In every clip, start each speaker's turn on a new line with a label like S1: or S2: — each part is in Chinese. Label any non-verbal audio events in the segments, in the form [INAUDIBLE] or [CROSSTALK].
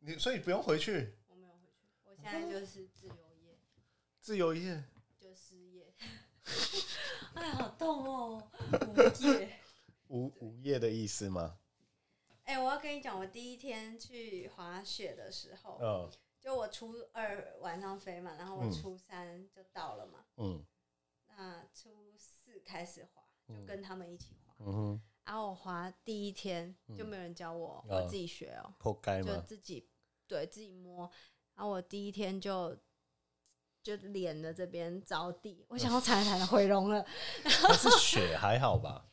S1: 你所以不用回去，
S2: 我没有回去，我现在就是自由业，
S1: 自由业。
S2: 就失业。 [LAUGHS] 哎，好痛哦，无业。
S1: 无无业的意思吗？
S2: [LAUGHS] 哎、我要跟你讲，我第一天去滑雪的时候，
S1: 嗯
S2: 就我初二晚上飞嘛，然后我
S1: 嗯
S2: 初三就到了嘛，
S1: 嗯
S2: 那初四开始滑，就
S1: 嗯
S2: 跟他们一起滑。
S1: 嗯哼，
S2: 然后我滑第一天就没有人教我，
S1: 啊
S2: 我自己学哦、
S1: 破该
S2: 就
S1: 吗？
S2: 自己对自己摸。然后我第一天就就脸的这边着地，
S1: 嗯
S2: 我想要惨惨的毁容了。
S1: 可是雪还好吧？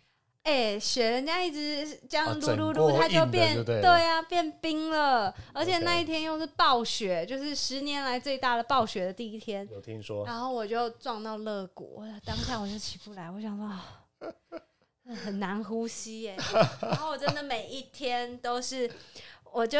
S2: 哎、雪人家一直这样
S1: 啊
S2: 噜
S1: 整
S2: 噜
S1: 过
S2: 噜，它就
S1: 硬的
S2: 变
S1: 就对了
S2: 啊，变冰了。而且
S1: OK
S2: 那一天又是暴雪，就是十年来最大的暴雪的第一天。
S1: [LAUGHS] 有听说？
S2: 然后我就撞到肋骨，我当下我就起不来，我想说。啊真的很难呼吸耶、 [LAUGHS] 然后我真的每一天都是，我就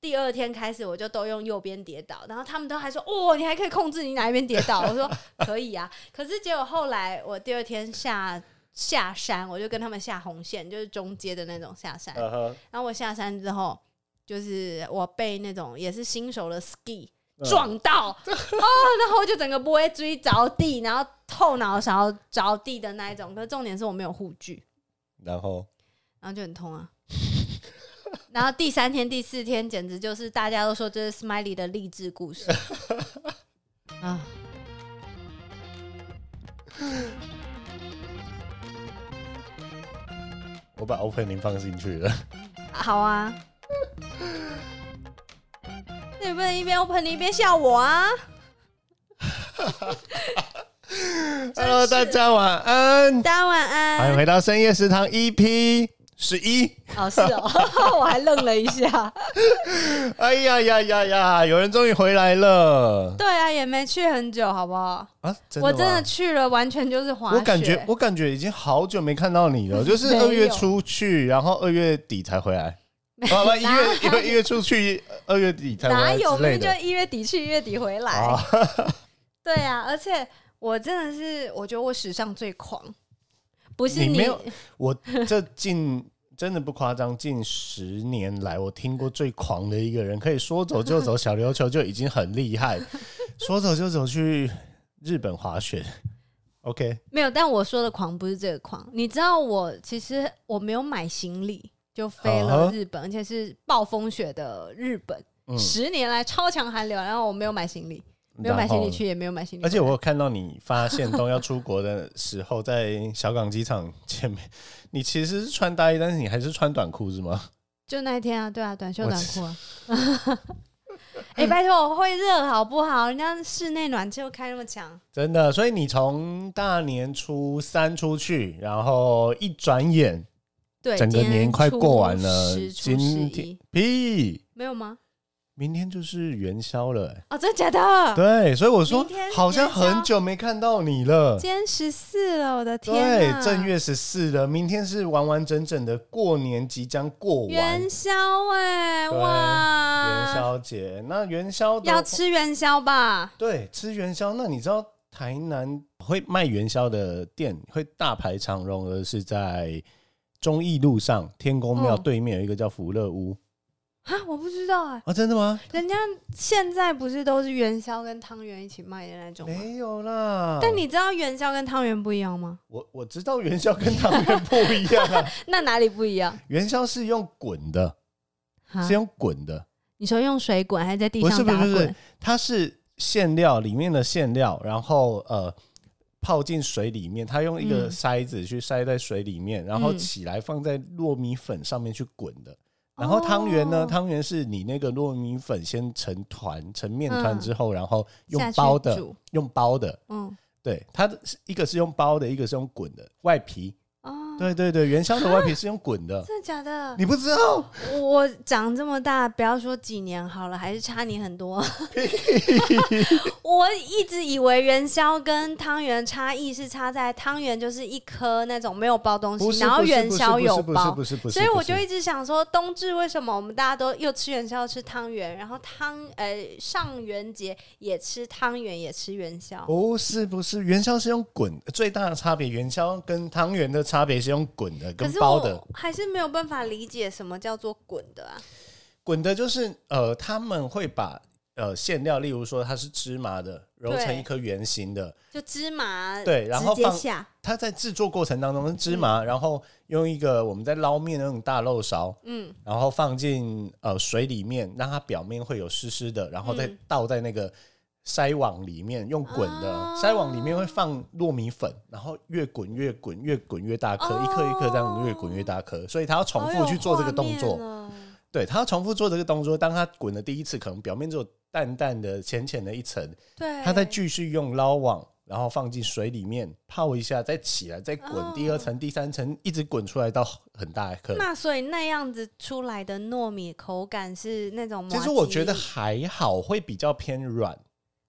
S2: 第二天开始我就都用右边跌倒，然后他们都还说哦，你还可以控制你哪一边跌倒，我说可以啊。可是结果后来我第二天下下山，我就跟他们下红线，就是中阶的那种下山。
S1: 嗯哼，
S2: 然后我下山之后，就是我被那种也是新手的 ski
S1: 嗯
S2: 撞到，哦，然后我就整个不会追着地，然后后脑勺着地的那一种。可是重点是我没有护具，
S1: 然后
S2: 然后就很痛啊。然后第三天、第四天，简直就是大家都说这是 Smiley 的励志故事啊。
S1: 我把 opening 放进去了。
S2: 好啊，那你不能一边 open 一边笑我啊！
S1: [LAUGHS] Hello，大家晚安，
S2: 大家晚安，
S1: 欢迎回到深夜食堂 EP 十一。
S2: 哦，是哦， [LAUGHS] 我还愣了一下。
S1: 哎呀呀呀呀，有人终于回来了
S2: 对啊，也没去很久，好不好？
S1: 啊！真的
S2: 我
S1: 吗
S2: 真的去了，完全就是滑雪。
S1: 我感觉我感觉已经好久没看到你
S2: [LAUGHS]
S1: 了，就是
S2: 没有
S1: 二月初去，然后二月底才回
S2: [LAUGHS]
S1: 来。啊不，一月一月一月初去，二月底才回
S2: 哪
S1: 来
S2: 有明
S1: 之类
S2: 明就
S1: 的。
S2: 一月底去，一月底回来。
S1: 啊，
S2: 对啊，而且我真的是，我觉得我史上最狂，不是
S1: 你没有我这近真的不夸张，近十年来我听过最狂的一个人，可以说走就走，小琉球就已经很厉
S2: [LAUGHS]
S1: 害，说走就走去日本滑雪。OK，
S2: 没有，但我说的狂不是这个狂。你知道我其实我没有买行李就飞
S1: 啊
S2: 了
S1: 哈
S2: 日本，而且是暴风雪的日本，
S1: 嗯，
S2: 十年来超强寒流，然后我没有买行李，没有买
S1: 然后
S2: 行李去，也没有买行李回
S1: 而
S2: 来。
S1: 且我有看到你发现东要出国的时候，在小港机场前面，你其实是穿大衣，但是你还是穿短裤
S2: [LAUGHS]
S1: 是吗？
S2: 就那一天啊，对啊，短袖
S1: 我
S2: 短裤啊。 [LAUGHS] 哎、拜托，会热好不好？人家室内暖气又开那么强，
S1: 真的，所以你从大年初三出去，然后一转眼
S2: 对，
S1: 整个
S2: 今天
S1: 年快
S2: 初
S1: 过完了，
S2: 十初
S1: 今
S2: 十
S1: 天
S2: 一
S1: 屁，
S2: 没有吗？
S1: 明天就是元宵了、欸
S2: 哦，真的假的？
S1: 对，所以我说
S2: 明天
S1: 好像
S2: 元宵
S1: 很久没看到你了。
S2: 今天十四了，我的天、啊！
S1: 对，正月十四了，明天是完完整整的过年即将过完
S2: 元宵哎、
S1: 对
S2: 哇，
S1: 元宵节。那元宵的
S2: 要吃元宵吧？
S1: 对，吃元宵。那你知道台南会卖元宵的店会大排长龙的是在忠义路上天公庙
S2: 嗯
S1: 对面有一个叫福乐屋、
S2: 啊，我不知道哎、
S1: 嗯啊，真的吗？
S2: 人家现在不是都是元宵跟汤圆一起卖的那种吗？
S1: 没有啦。
S2: 但你知道元宵跟汤圆不一样吗？
S1: 我我知道元宵跟汤圆不一样
S2: [LAUGHS]
S1: 啊，
S2: 那哪里不一样？
S1: 元宵是用滚的，
S2: 啊
S1: 是用滚的，
S2: 你说用水滚还是在地
S1: 不是
S2: 上
S1: 不
S2: 打
S1: 是
S2: 滚？
S1: 不是，它是馅料里面的馅料，然后呃。泡进水里面，它用一个
S2: 嗯
S1: 筛子去筛在水里面，然后
S2: 嗯
S1: 起来放在糯米粉上面去滚的。然后汤圆呢？
S2: 哦
S1: 汤圆是你那个糯米粉先成团、成面团
S2: 嗯
S1: 之后，然后
S2: 下
S1: 用
S2: 去
S1: 包的，
S2: 煮
S1: 用包的。
S2: 嗯
S1: 对，它的一个是用包的，一个是用滚的外皮。
S2: 哦，
S1: 对对对，元宵的外皮是用滚的，
S2: 真的假的？
S1: 你不知道？
S2: 我我长这么大，不要说几年好了，还是差你很多。 [LAUGHS] 我一直以为元宵跟汤圆差异是差在汤圆就是一颗那种没有包东
S1: 不
S2: 西，
S1: 是，
S2: 哦然后
S1: 不是
S2: 元
S1: 不是
S2: 宵
S1: 不是
S2: 有
S1: 不是
S2: 包。
S1: 不是不是，
S2: 所以我就
S1: 不是
S2: 一直想说，冬至为什么我们大家都又吃元宵又吃汤圆，然后汤呃上元节也吃汤圆也吃元宵？
S1: 不哦是不是元宵是用滚，最大的差别，元宵跟汤圆的差别是用滚的
S2: 可
S1: 跟
S2: 是
S1: 包的
S2: 我。还是没有办法理解什么叫做滚的啊！
S1: 滚的就是呃，他们会把呃馅料，例如说它是芝麻的，揉成
S2: 对
S1: 一颗圆形的，
S2: 就芝麻
S1: 对，然后
S2: 直接
S1: 放
S2: 下，
S1: 它在制作过程当中是芝麻，然后用一个我们在捞面的那种大漏勺，
S2: 嗯，
S1: 然后放进呃水里面，让它表面会有湿湿的，然后再
S2: 嗯
S1: 倒在那个筛网里面，用滚的、
S2: 哦
S1: 筛网里面会放糯米粉，然后越滚越滚越滚越大颗，
S2: 哦
S1: 一颗一颗这样越滚越大颗，所以它要重复去做这个动
S2: 好有
S1: 作
S2: 画，面哦
S1: 对，它要重复做这个动作。当它滚的第一次，可能表面只有淡淡的、浅浅的一层，
S2: 对，
S1: 它再继续用捞网，然后放进水里面泡一下，再起来，再滚、
S2: 哦
S1: 第二层、第三层，一直滚出来到很大一颗。
S2: 那所以那样子出来的糯米口感是那种麻吉，
S1: 其实我觉得还好，会比较偏软，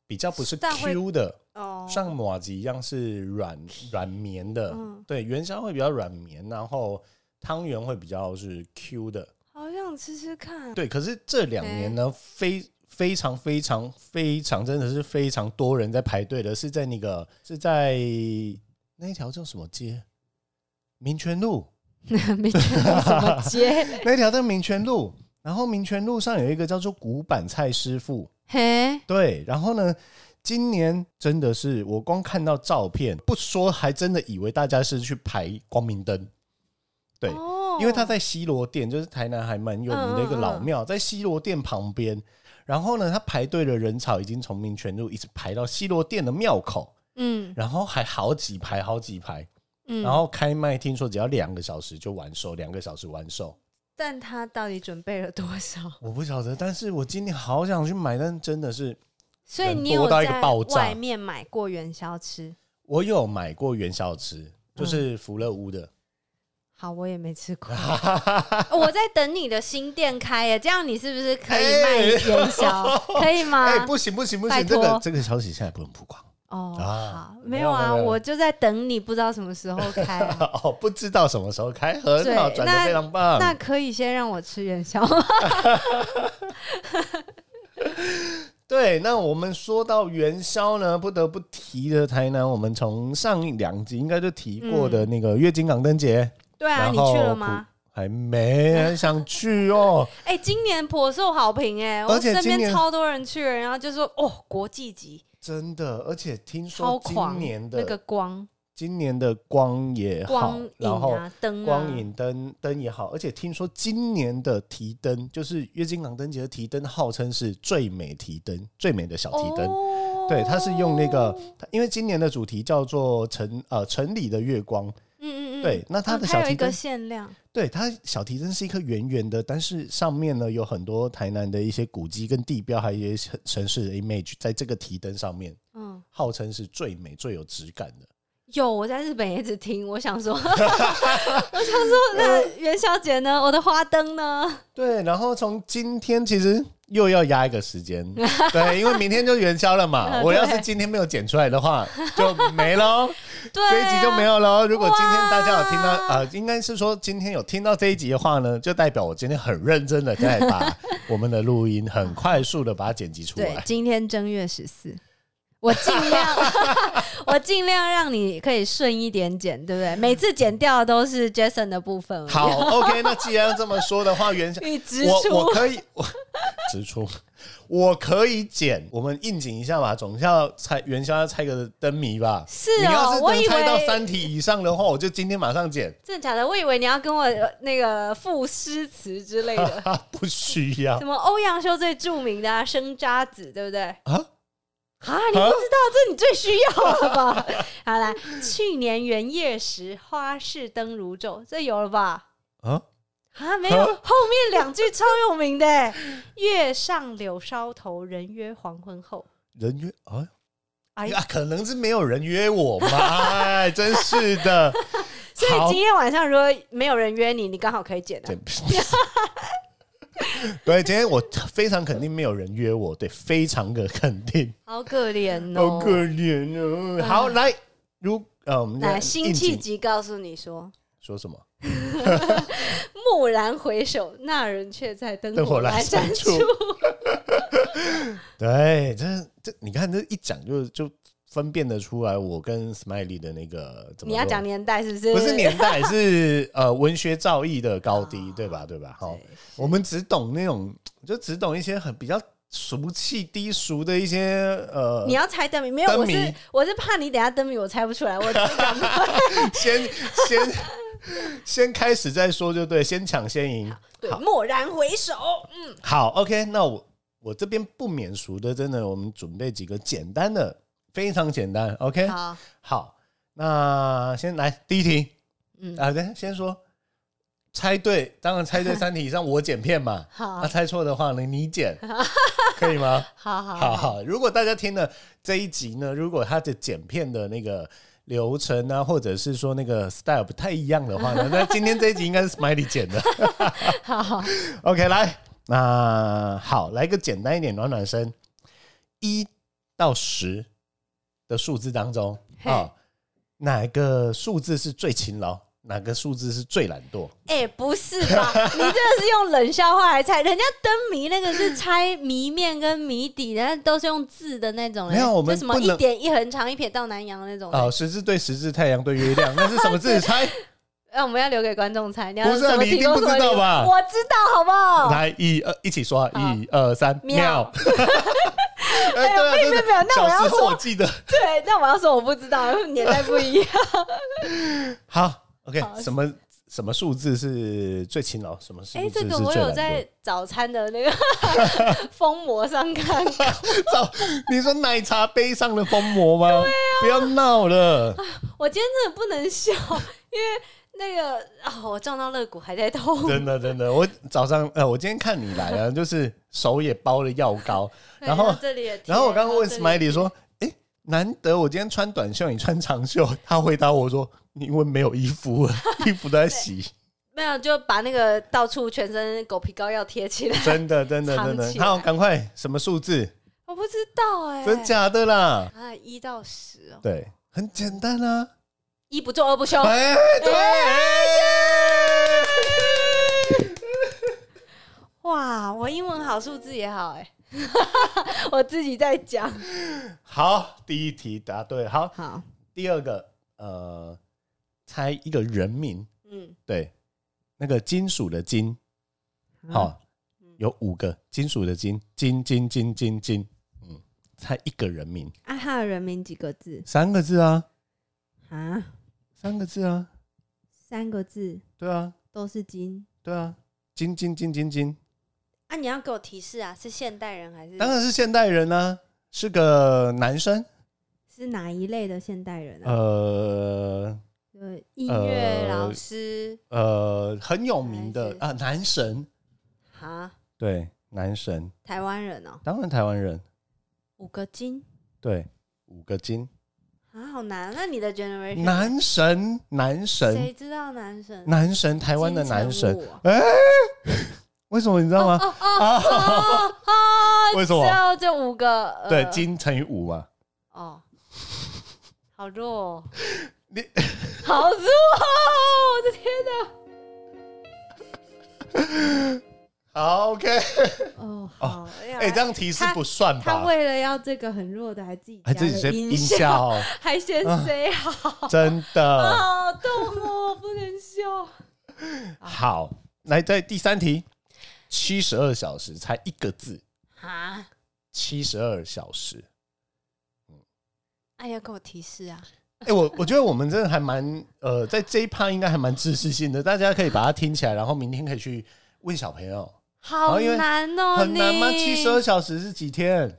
S1: 比较不是
S2: 但会
S1: Q 的，
S2: 哦，
S1: 像马吉一样是软软绵的。
S2: 嗯
S1: 对，元宵会比较软绵，然后汤圆会比较是 Q 的。
S2: 好想吃吃 [LAUGHS] 看。
S1: 对，可是这两年呢，非非常非常非常，真的是非常多人在排队的，是在那个是在那一条叫什么街？民权路。
S2: 没觉得怎么接，
S1: 那条在民权路，然后民权路上有一个叫做古板菜师傅，
S2: [LAUGHS] 嘿，
S1: 对，然后呢，今年真的是我光看到照片，不说还真的以为大家是去排光明灯，对
S2: 哦
S1: 因为他在西罗店，就是台南还蛮有名的一个老
S2: 嗯
S1: 庙，在西罗店旁边。然后呢，他排队的人潮已经从民权路一直排到西罗店的庙口，
S2: 嗯
S1: 然后还好几排好几排，
S2: 嗯，
S1: 然后开卖听说只要两个小时就完售，两个小时完售。
S2: 但他到底准备了多少？
S1: 我不晓得，但是我今天好想去买，但真的是
S2: 所以
S1: 人
S2: 你
S1: 多
S2: 有
S1: 到一个
S2: 在
S1: 爆炸
S2: 外面买过元宵吃？
S1: 我有买过元宵吃，就是
S2: 嗯
S1: 福乐屋的，
S2: 好，我也没吃
S1: [LAUGHS]
S2: 过。我在等你的新店开耶，这样你是不是可以卖
S1: 哎
S2: 元宵？
S1: [LAUGHS]
S2: 可以吗？
S1: 哎、不行不行不
S2: 啊拜
S1: 行，这
S2: 托
S1: 个这个消息现在不能曝光 [LAUGHS]
S2: 哦，
S1: 啊
S2: 好，没有啊，
S1: 没有没有
S2: 我就在等你，不知道什么时候开
S1: [LAUGHS]
S2: 啊、
S1: 哦，不知道什么时候开，很好，
S2: 对
S1: 转的非常棒。
S2: 那可以先让我吃元宵吗，
S1: 对，那我们说到元宵呢，不得不提的台南，我们从上一两集应该就提过的那个月经港灯节，
S2: 对啊，
S1: 然
S2: 你
S1: 后
S2: 去了吗？
S1: 还没很想去哦。
S2: 哎、今年颇受好评哎、
S1: 而
S2: 我
S1: 且
S2: 身
S1: 今年
S2: 边超多人去了，然后就说哦，国际级
S1: 真的，而且听
S2: 超
S1: 说今
S2: 狂，
S1: 年
S2: [LAUGHS]
S1: 的、
S2: 那个光
S1: 今年的光也好，
S2: 光影
S1: 然后
S2: 啊灯啊，
S1: 光影灯灯也好，而且听说今年的提灯，就是月经港灯节的提灯，号称是最美提灯，最美的小提灯。
S2: 哦
S1: 对，它是用那个，它因为今年的主题叫做城呃城里的月光，
S2: 嗯嗯嗯，
S1: 对那它
S2: 它
S1: 的小
S2: 有
S1: 提
S2: 一个
S1: 灯
S2: 限量，
S1: 对，它小提灯是一颗圆圆的，但是上面呢有很多台南的一些古迹跟地标，还有一些城城市的 image，在这个提灯上面，
S2: 嗯。
S1: 号称是最美最有质感的。
S2: 有，我在日本也只听。我想说， [LAUGHS] 我想说，那
S1: 呃
S2: 元宵节呢？我的花灯呢？
S1: 对，然后从今天其实又要压一个时间，对，因为明天就元宵了嘛。
S2: 嗯
S1: 我要是
S2: 对
S1: 今天没有剪出来的话，就没喽，
S2: 对、啊，
S1: [LAUGHS] 这一集就没有喽。如果今天大家有听到，
S2: 哇
S1: 呃，应该是说今天有听到这一集的话呢，就代表我今天很认真的在把我们的录音很快速的把它剪辑出
S2: 对
S1: 来，。
S2: 今天正月十四，我尽量， [LAUGHS] 我尽量让你可以顺一点剪，对不对？每次剪掉的都是 Jason 的部分，
S1: 好，OK，那既然这么说的话， [LAUGHS] 元宵
S2: 与直
S1: 我我
S2: 出。
S1: 可以，我直出，我可以剪。我们应景一下嘛，总是要猜元宵要猜个灯谜吧？
S2: 是
S1: 你要
S2: 哦
S1: 是，
S2: 我
S1: 能
S2: 以
S1: 猜到
S2: 为
S1: 三题以上的话，我就今天马上剪。
S2: 真的假的？我以为你要跟我呃那个赋诗词之类
S1: [LAUGHS]
S2: 的，
S1: 啊，不需要
S2: 什么欧阳修最著名的啊，生渣子，对不对？
S1: 啊，
S2: 啊，你不知道，这你最需要了吧？
S1: 啊
S2: [LAUGHS] 好啦，去年元夜时，花市灯如昼，这有了吧？
S1: 啊，
S2: 啊，没有，后面两句超有名的 [LAUGHS] 欸，月上柳梢头，人约黄昏后。
S1: 人约啊。
S2: 哎
S1: 呀，可能是没有人约我嘛， [LAUGHS] 哎，真是的。
S2: [LAUGHS] 所以
S1: 好
S2: 今天晚上如果没有人约你，你刚好可以剪啊的、
S1: 对 [LAUGHS] 对，今天我非常肯定没有人约我，对，非常的肯定，
S2: 好可怜
S1: 好
S2: 哦。
S1: 可怜哦。好，来，如呃，我们
S2: 嗯来，
S1: 来
S2: 辛
S1: 应
S2: 弃
S1: 景
S2: 疾告诉你说
S1: 说什么？：“
S2: 蓦然回首，那人却在灯
S1: 灯火
S2: 火
S1: 阑
S2: 阑
S1: 珊
S2: 珊
S1: [LAUGHS] 处
S2: 处。
S1: 对，这这，你看这一讲就就分辨得出来我跟 Smiley 的那个怎
S2: [LAUGHS]
S1: 么
S2: 你要
S1: 说
S2: 讲年代是不是？
S1: 不是年代，是呃文学造诣的高低
S2: 哦，
S1: 对吧？对吧？好
S2: 对，，
S1: 我们只懂那种，就只懂一些很比较俗气低俗的一些呃
S2: 你，要猜灯谜，没有？
S1: 灯
S2: 我
S1: 谜
S2: 是我是怕你等下灯谜我猜不出来，
S1: [LAUGHS]
S2: 我
S1: 先先先开始再说就对，先抢先赢。
S2: 对
S1: 好
S2: 蓦然回首，
S1: 好，OK，那我我这边不免俗的，真的，我们准备几个简单的，非常简单，OK，
S2: 嗯好，
S1: 好，那先来第一题，
S2: 嗯，
S1: 啊，等先说猜对，当然猜对三题以上我剪片嘛，
S2: 好
S1: 那、猜错的话呢，你剪，可以吗？
S2: 好好
S1: 好，好，如果大家听了这一集呢，如果它的剪片的那个流程啊，或者是说那个 style 不太一样的话呢，那今天这一集应该是 Smiley 剪的。
S2: 好好，
S1: OK，来，那好，来个简单一点暖暖身，一到十的数字当中啊、
S2: 嘿
S1: 哪个数字是最勤劳？哪个数字是最懒惰？
S2: 哎、不是
S1: [LAUGHS]
S2: 吧？你这个是用冷笑话来猜，人家灯谜那个是猜谜面跟谜底，人家都是用字的那种嘞，
S1: 没有我们
S2: 就什么
S1: 不
S2: 一
S1: 能
S2: 点一横长一撇到南洋的那种嘞。
S1: 哦，十字对十字，太阳对月亮，那是什么字？猜，
S2: 那、哎我们要留给观众猜，你要
S1: 不是啊
S2: 什么
S1: 你一
S2: 提
S1: 定
S2: 供
S1: 不
S2: 什么
S1: 知道
S2: 理由
S1: 吧
S2: 我知道，好不好？
S1: 来一二一起说，
S2: 哦
S1: 啊
S2: 好
S1: 一二三，
S2: 喵 [LAUGHS]
S1: 喵。哎，对啊，
S2: 没有
S1: 真的
S2: 没有没有那我要
S1: 小时候
S2: 说
S1: 我记得。
S2: 对，那我要说我不知道， [LAUGHS] 年代不一样。
S1: 好，OK，
S2: 好
S1: 什么什么数字是最勤劳？什么数
S2: 哎、
S1: 字
S2: 这
S1: 是
S2: 个
S1: 最
S2: 我有
S1: 懒惰
S2: 在？早餐的那个 [LAUGHS] 封膜上看过，
S1: [LAUGHS] 操，你说奶茶杯上的封膜吗？
S2: 啊
S1: 不要闹了。
S2: 我今天真的不能笑，因为那个啊、我撞到肋骨还在痛。
S1: 真的真的，我早上呃，我今天看你来了， [LAUGHS] 就是手也包了药膏，
S2: 对
S1: 然后
S2: 哎这里也贴，
S1: 然后我刚刚问
S2: 这里
S1: Smiley 说：“哎、难得我今天穿短袖，你穿长袖。”他回答我说：“你因为没有衣服了， [LAUGHS] 衣服都在洗。
S2: 没有，就把那个到处全身狗皮膏药贴起
S1: [LAUGHS]
S2: 来。
S1: 真的，真的，真
S2: 藏
S1: 的。
S2: 起来
S1: 好，赶快，什么数字？
S2: 我不知道哎、
S1: 真假的啦？
S2: 啊，一到十哦，
S1: 对，很简单啊。
S2: 一不做二不
S1: [LAUGHS]
S2: 休。
S1: 哎、对。
S2: 哇，我英文好，数字也好哎、 [LAUGHS] 我自己在讲。
S1: 好，第一题答对。好，
S2: 好，
S1: 第二个，呃，猜一个人名，
S2: 嗯，
S1: 对，那个金属的金，
S2: 嗯
S1: 好、有五个金属的金，金金金金金，嗯，猜一个人名，
S2: 啊，他的人名几个字
S1: 三个字啊，
S2: 啊？
S1: 三个字啊，
S2: 三个字
S1: 对啊，
S2: 都是金
S1: 对啊，金金金金金，
S2: 啊！你要给我提示啊，是现代人还是
S1: 当然是现代人啊，是个男生，
S2: 是哪一类的现代人啊？
S1: 呃
S2: 呃，音乐
S1: 呃
S2: 老师
S1: 呃，很有名的
S2: 还
S1: 啊，男神，呃
S2: 啊，
S1: 对，男神，
S2: 台湾人哦，
S1: 当然台湾人，
S2: 五个金
S1: 对，五个金，
S2: 啊，好难啊。那你的 generation
S1: 男神，男神，
S2: 谁知道男神？
S1: 男神，台湾的男
S2: 金城
S1: 神，
S2: 武啊
S1: 哎、为什么你知道吗？
S2: 哦哦哦哦！
S1: 为什么
S2: 只有这五个？呃
S1: 对，金乘以五嘛。
S2: 哦，好弱哦，
S1: 你
S2: [LAUGHS] 好弱哦！我的天哪！
S1: 好，OK，
S2: 哦，好，哎
S1: 哎、这样提示不算
S2: 他
S1: 吧？
S2: 为了要这个很弱的，还自己
S1: 还
S2: 加
S1: 自己
S2: 了
S1: 先
S2: 音
S1: 音效，
S2: [LAUGHS]
S1: 啊
S2: 还先塞好，
S1: 真的
S2: 好痛哦，不能笑。
S1: 好。来，在第三题，七十二小时才一个字，
S2: 啊！
S1: 七十二小时。
S2: 哎呀，给我提示啊！
S1: 哎、我我觉得我们真的还蛮呃，在这一趴应该还蛮知识性的，大家可以把它听起来，然后明天可以去问小朋友。
S2: 好
S1: 好因为
S2: 难哦，
S1: 很难吗？
S2: 你
S1: 七十二小时是几天？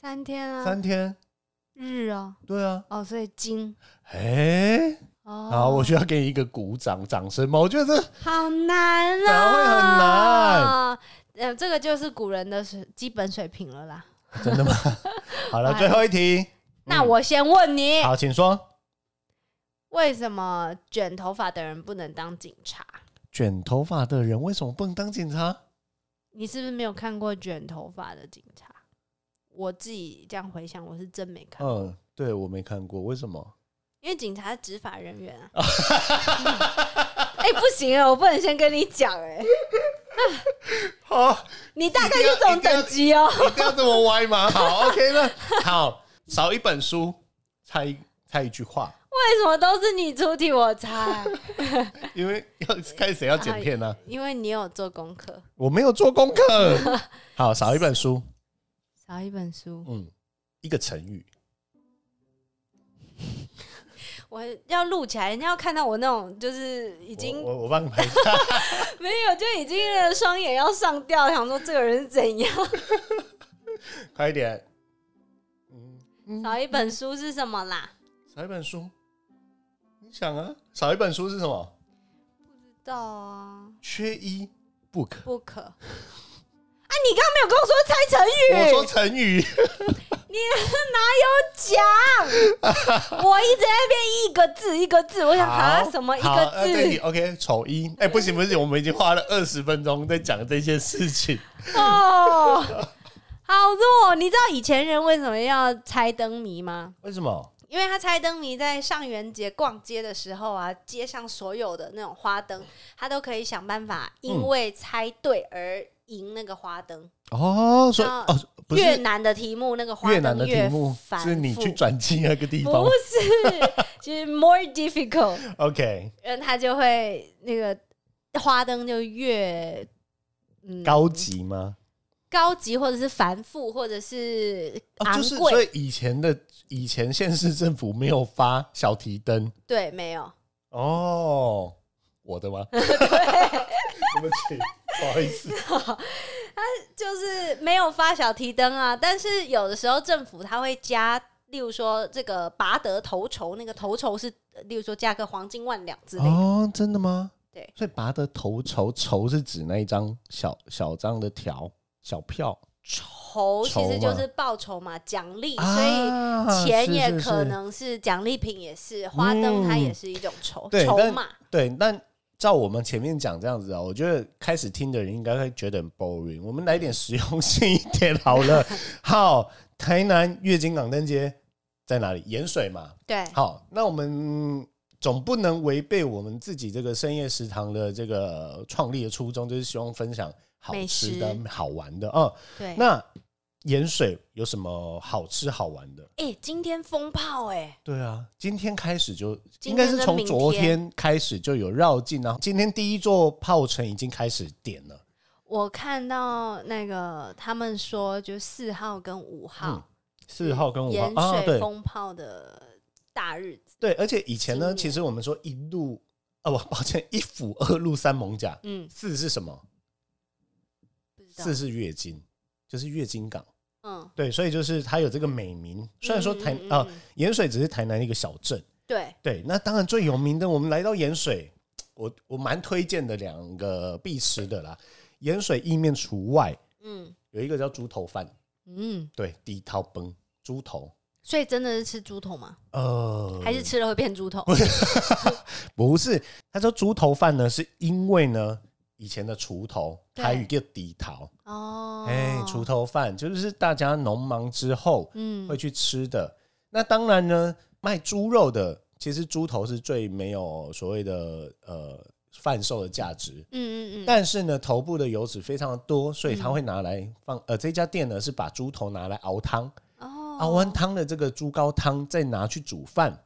S2: 三天啊，
S1: 三天？
S2: 日哦，
S1: 对啊。
S2: 哦，所以金
S1: 哎、
S2: 哦，
S1: 好，我需要给你一个鼓掌掌声吗？我觉得这
S2: 好难啊，
S1: 哪会很难？
S2: 呃，这个就是古人的水基本水平了啦。
S1: 真的吗？ [LAUGHS] 好了，
S2: 哇
S1: 最后一题。
S2: [LAUGHS] 那
S1: 嗯
S2: 我先问你，
S1: 好，请说。
S2: 为什么卷头发的人不能当警察？
S1: 卷头发的人为什么不能当警察？
S2: 你是不是没有看过卷头发的警察？我自己这样回想，我是真没看过，
S1: 嗯，对我没看过，为什么？
S2: 因为警察是执法人员啊。嗯哎、不行啊，我不能先跟你讲哎、
S1: 好，
S2: 你大概就这种等级哦、
S1: [LAUGHS] 一定要这么歪吗？好，OK 那好，少一本书，猜一猜一句话，
S2: 为什么都是你出题我猜？
S1: 因为要看谁要剪片呢、
S2: [LAUGHS] 因为你有做功课，
S1: 我没有做功
S2: [LAUGHS]
S1: 课，好，少一本书，
S2: 少一本书。
S1: 嗯，一个成语，
S2: 我要录起来，人家要看到我那种就是已
S1: 已
S2: 经
S1: 我我帮你拍一下，
S2: 没有，就已经双眼要上吊，想说这个人是怎样？
S1: 快一点，嗯，
S2: 少一本书是什么啦？
S1: 少一本书，你想啊，少一本书是什么？
S2: 不知道啊，
S1: 缺一不可。
S2: 不可。啊，你刚刚没有跟我说猜成语，
S1: 我说成语，
S2: 你哪有 [LAUGHS] 讲？我一直在那边一个字一个字，我想啊
S1: 好
S2: 什么一
S1: 好
S2: 个
S1: 呃对你
S2: 字
S1: ？OK，丑一。哎、不行不行，我们已经花了二十分钟在讲这些事情。
S2: 哦， [LAUGHS] 好弱！你知道以前人为什么要猜灯谜吗？
S1: 为什么？
S2: 因为他猜灯谜在上元节逛街的时候啊，街上所有的那种花灯，他都可以想办法，因为猜对而赢那个花灯。
S1: 哦，所以
S2: 啊
S1: 哦，不
S2: 越
S1: 是
S2: 难的题目，那个花
S1: 越
S2: 灯
S1: 南的题目
S2: 繁，复
S1: 是你去转进那个地方
S2: 不。是， [LAUGHS] 就是 more difficult，
S1: OK，
S2: 然后他就会那个花灯就越嗯
S1: 高级吗？
S2: 高级，或者是繁复，或者是
S1: 哦，
S2: 昂
S1: 就是
S2: 贵，
S1: 所以以前的以前县市政府没有发小提灯
S2: 对，没有。 [LAUGHS]
S1: 哦，我的吗？对不起，不好意思。
S2: 就是没有发小提灯啊，但是有的时候政府它会加，例如说这个拔得头筹，那个头筹是，呃例如说加个黄金万两之类的。
S1: 哦，真的吗？
S2: 对
S1: 所以拔得头筹，筹是指那一张小小张的条小票，
S2: 筹其实就是报酬嘛，奖励，所以
S1: 啊
S2: 钱
S1: 是
S2: 也
S1: 是是嗯
S2: 可能是奖励品，也是花灯，它也是一种筹
S1: 对
S2: 筹
S1: 但
S2: 码。
S1: 对。但照我们前面讲这样子啊，我觉得开始听的人应该会觉得很 boring。我们来点实用性一点好
S2: [LAUGHS]
S1: 了。好，台南月经港灯街在哪里？盐水嘛。
S2: 对，
S1: 好，那我们总不能违背我们自己这个深夜食堂的这个创立的初衷，就是希望分享好
S2: 美
S1: 吃
S2: 食
S1: 的、好玩的啊。嗯
S2: 对。
S1: 那盐水有什么好吃好玩的？
S2: 哎、今天风炮哎、
S1: 对啊，今天开始就应
S2: 今天
S1: 该是
S2: 跟
S1: 从
S2: 明
S1: 昨
S2: 天
S1: 天开始就有绕境啊。今天第一座炮城已经开始点了，
S2: 我看到那个他们说，就四号跟五
S1: 嗯
S2: 号，
S1: 四号跟五
S2: 盐
S1: 号啊，
S2: 水
S1: 对
S2: 风炮的大日子，
S1: 对，而且以前
S2: 今
S1: 呢，
S2: 年
S1: 其实我们说一路啊，不， [LAUGHS] 抱歉，一府二路三艋甲，
S2: 嗯，
S1: 四是什么？
S2: 不知道
S1: 四，是月经，就是月经港。
S2: 嗯，
S1: 对，所以就是它有这个美名。虽然说
S2: 嗯
S1: 台
S2: 嗯嗯
S1: 啊
S2: 嗯
S1: 盐水只是台南一个小镇，
S2: 对，
S1: 对，那当然最有名的，我们来到盐水，我我蛮推荐的两个必吃的啦。盐水意面除外，
S2: 嗯
S1: 有一个叫猪头饭，
S2: 嗯，
S1: 对，低汤崩猪头，
S2: 所以真的是吃猪头吗？
S1: 呃，
S2: 还是吃了会变猪头？
S1: 不是？他说猪头饭呢，是因为呢以前的锄头，
S2: 对
S1: 台语叫低桃，
S2: 哦，
S1: 哎、锄头饭就是大家农忙之后
S2: 嗯
S1: 会去吃的。那当然呢，卖猪肉的，其实猪头是最没有所谓的呃贩售的价值。
S2: 嗯嗯嗯，
S1: 但是呢，头部的油脂非常的多，所以他会拿来放。呃，这家店呢是把猪头拿来熬汤，
S2: 哦，
S1: 熬完汤的这个猪高汤再拿去煮饭，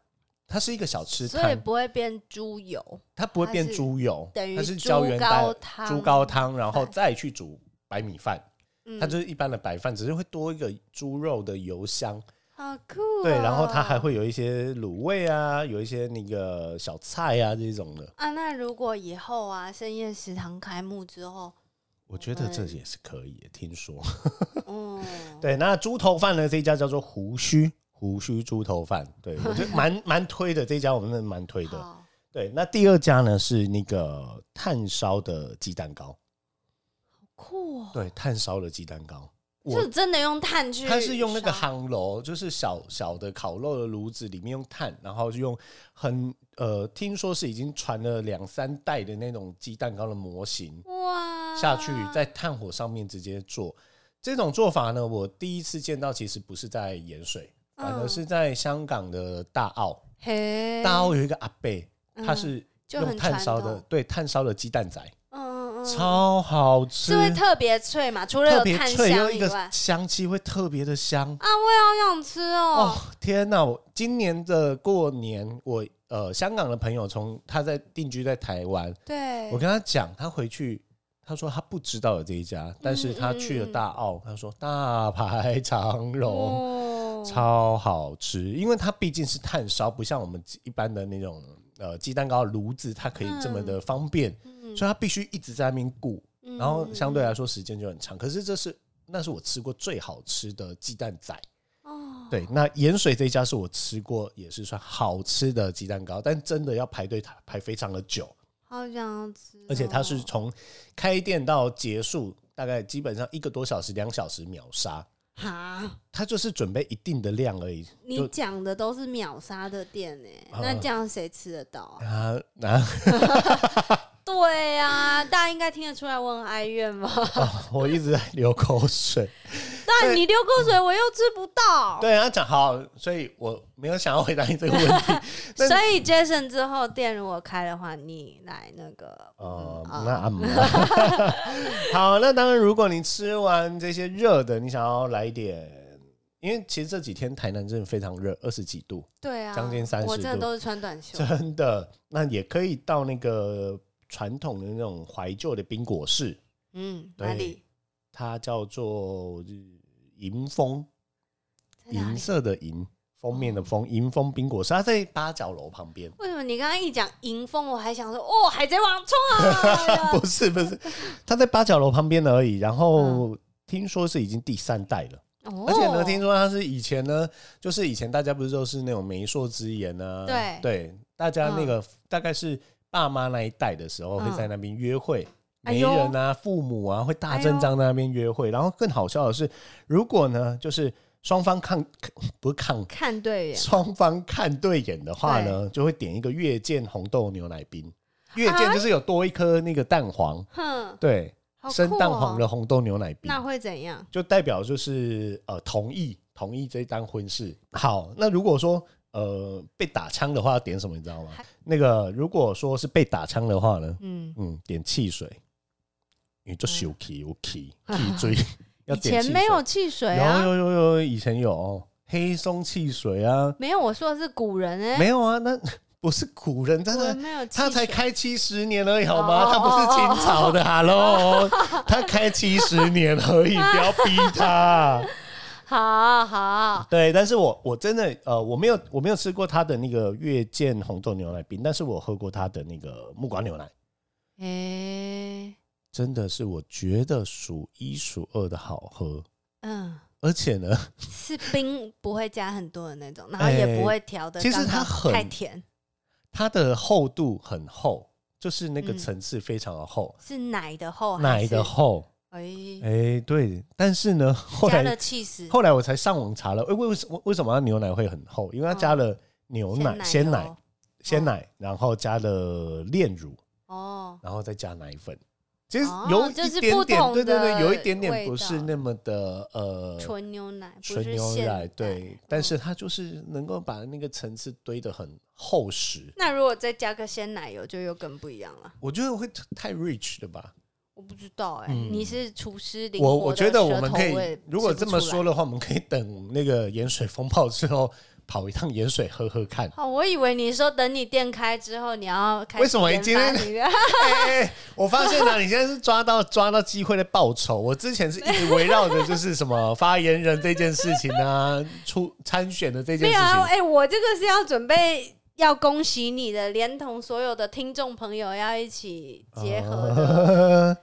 S1: 它是一个小吃
S2: 所以
S1: 摊，
S2: 不会变猪油，
S1: 它不会变
S2: 它是
S1: 猪油，
S2: 等于
S1: 它是胶原
S2: 高
S1: 蛋
S2: 汤，
S1: 猪高汤，然后
S2: 饭
S1: 再去煮白米饭，
S2: 嗯，
S1: 它就是一般的白饭，只是会多一个猪肉的油香。
S2: 好酷哦，
S1: 对，然后它还会有一些卤味啊，有一些那个小菜啊这种的，
S2: 啊，那如果以后啊，深夜食堂开幕之后，
S1: 我觉得这也是可以的。听说 [LAUGHS]
S2: 嗯，
S1: 对，那猪头饭呢？这一家叫做胡须胡须猪头饭，对我觉得蛮蛮推的，这一家我们真的蛮推的。
S2: 好，
S1: 对，那第二家呢是那个炭烧的鸡蛋糕，
S2: 酷哦，
S1: 对，炭烧的鸡蛋糕。我
S2: 就真的用炭去烧，
S1: 它是用那个夯楼，就是小小的烤肉的炉子，里面用炭，然后就用很呃，听说是已经传了两三代的那种鸡蛋糕的模型
S2: 哇
S1: 下去，在炭火上面直接做。这种做法呢，我第一次见到，其实不是在盐水，反而
S2: 嗯
S1: 是在香港的大澳。
S2: 嘿，
S1: 大澳有一个阿伯，他
S2: 嗯
S1: 是
S2: 就
S1: 用
S2: 很
S1: 炭
S2: 传
S1: 烧的，
S2: 统
S1: 对，炭烧的鸡蛋仔。
S2: 嗯嗯嗯，
S1: 超好吃
S2: 是，会特别脆嘛？除了
S1: 特
S2: 有
S1: 别
S2: 炭
S1: 脆又
S2: 香
S1: 一
S2: 以
S1: 个
S2: 外，
S1: 香气会特别的香。
S2: 啊，我也好想吃
S1: 哦
S2: 哦。，
S1: 天哪！我今年的过年，我呃香港的朋友从他在定居在台湾，
S2: 对，
S1: 我跟他讲，他回去。他说他不知道有这一家，但是他去了
S2: 嗯嗯
S1: 大澳，他说大排长龙，
S2: 哦
S1: 超好吃，因为它毕竟是炭烧，不像我们一般的那种呃鸡蛋糕炉子，它可以这么的方便，
S2: 嗯
S1: 所以它必须一直在那边顾，
S2: 嗯
S1: 然后相对啊来说时间就很长。可是这是那是我吃过最好吃的鸡蛋仔，
S2: 哦，
S1: 对，那盐水这一家是我吃过也是算好吃的鸡蛋糕，但真的要排队排非常的久，
S2: 好想吃哦，
S1: 而且它是从开店到结束大概基本上一个多小时、两小时秒杀。
S2: 哈，
S1: 它就是准备一定的量而已，
S2: 你讲的都是秒杀的店哎，
S1: 啊
S2: 那这样谁吃得到啊？
S1: 啊啊！
S2: 对啊，大家应该听得出来我很哀怨
S1: [LAUGHS]
S2: 吧？
S1: 啊我一直在流
S2: [LAUGHS]
S1: 口水。
S2: 但你流口水，我又吃不到。
S1: 对啊，讲好，所以我没有想要回答你这个问题。但是
S2: 所以 Jason 之后店如果开的话，你来那个
S1: 哦、
S2: 嗯
S1: 那
S2: 啊
S1: 啊， [LAUGHS] 嗯好，那当然，如果你吃完这些热的，你想要来一点，因为其实这几天台南真的非常热，二十几度，
S2: 对啊，
S1: 将近30
S2: 我真的
S1: 度
S2: 都是穿短袖。
S1: 真的。那也可以到那个传统的那种怀旧的冰果室，
S2: 嗯，
S1: 对
S2: 哪里？
S1: 它叫做呃银风，
S2: 在哪
S1: 银
S2: 里？哦
S1: 色的银，封面的封，银风冰果室，它在八角楼旁边。！
S2: 为什么你刚刚一讲迎风，我还想说哦，海贼王冲啊
S1: [LAUGHS] 不是不是，他在八角楼旁边而已。然
S2: 嗯
S1: 后听说是已经第三代了，
S2: 哦
S1: 而且呢，听说他是以前呢，就是以前大家不是都是那种媒妁之言啊，
S2: 对
S1: 大家那个大概是爸妈那一代的时候
S2: 嗯
S1: 会在那边约会。
S2: 哎
S1: 媒
S2: 呦
S1: 人啊，父母啊，会大阵仗在那边约会。然后更好笑的是，如果呢，就是双方看不是看，
S2: 看对眼，
S1: 双方看对眼的话呢，就会点一个月见红豆牛奶冰。
S2: 啊
S1: 月见就是有多一颗那个蛋黄，
S2: 哼，
S1: 对，
S2: 好酷
S1: 生蛋黄的
S2: 哦。
S1: 红豆牛奶冰
S2: 那，会怎样？
S1: 就代表就是呃同意同意这一单婚事。好，那如果说呃被打枪的话，要点什么你知道吗
S2: 还？
S1: 那个如果说是被打枪的话呢，
S2: 嗯，
S1: 嗯，点汽水，因为就羞气有气
S2: [LAUGHS]
S1: 气追，要
S2: 以
S1: 点
S2: 前
S1: 汽
S2: 没有
S1: 水。
S2: 汽水
S1: 有
S2: 啊，
S1: 有有有，以前有哦黑松汽水啊，
S2: 没有，我说的是古人哎，
S1: 没有啊，那不是古人，但
S2: 古
S1: 是
S2: 人没有汽
S1: 他
S2: 水，
S1: 才开七十年而已，好吗？
S2: 哦
S1: 他不是清朝
S2: [LAUGHS]
S1: 的，Hello，他开七十年而已，不要逼他。
S2: 好好，
S1: 对，但是我我真的呃，我没有我没有吃过他的那个月见红豆牛奶冰，但是我喝过他的那个木瓜牛奶，
S2: 哎，
S1: 真的是我觉得数一数二的好喝，
S2: 嗯。
S1: 而且呢，
S2: 是冰不会加很多的那种，然后也不会调的、
S1: 其实它很
S2: 太甜，
S1: 它的厚度很厚，就是那个
S2: 嗯哦
S1: 层次非常的厚，
S2: 是奶的厚，
S1: 奶的，厚。
S2: 哎、
S1: 哎、对，但是呢，后
S2: 加
S1: 来
S2: 了气势，
S1: 后来我才上网查了，诶为为什么为什么它牛奶会很厚？因为它加了牛奶、鲜奶
S2: 嗯油、嗯
S1: 鲜奶，然后加了炼乳，
S2: 哦，
S1: 然后再加奶粉。其实
S2: 哦
S1: 有
S2: 就
S1: 一
S2: 是
S1: 点
S2: 不
S1: 点，
S2: 同
S1: 对对对，
S2: 的
S1: 有一点点
S2: 味
S1: 不是
S2: 道
S1: 那么的呃
S2: 纯牛奶，不
S1: 纯
S2: 是嗯
S1: 牛
S2: 鲜
S1: 奶，对，但是它就是能够把那个层次堆得很厚实。
S2: 那如果再加个鲜奶油，就又更不一样了。
S1: 我觉得会太 rich 了吧？
S2: 我不知道哎、
S1: 嗯
S2: 你是厨师灵活
S1: 我
S2: 的
S1: 我觉得我们可
S2: 舌头我也
S1: 以
S2: 吃，不
S1: 如果这么
S2: 出来
S1: 说，的话，我们可以等那个盐水风暴之后跑一趟盐水喝喝看。
S2: 哦，我以为你说等你店开之后，你要开始
S1: 为什么
S2: 研
S1: 今 [LAUGHS]
S2: 发
S1: 天
S2: 你的
S1: 哎、哎我发现了、你现在是抓到抓到机会的报酬。我之前是一直围绕着就是什么发言人这件事情啊， [LAUGHS] 出参选的这件
S2: 没有
S1: 事
S2: 啊，
S1: 情。
S2: 哎、我这个是要准备要恭喜你的，连同所有的听众朋友要一起结合的，
S1: 呃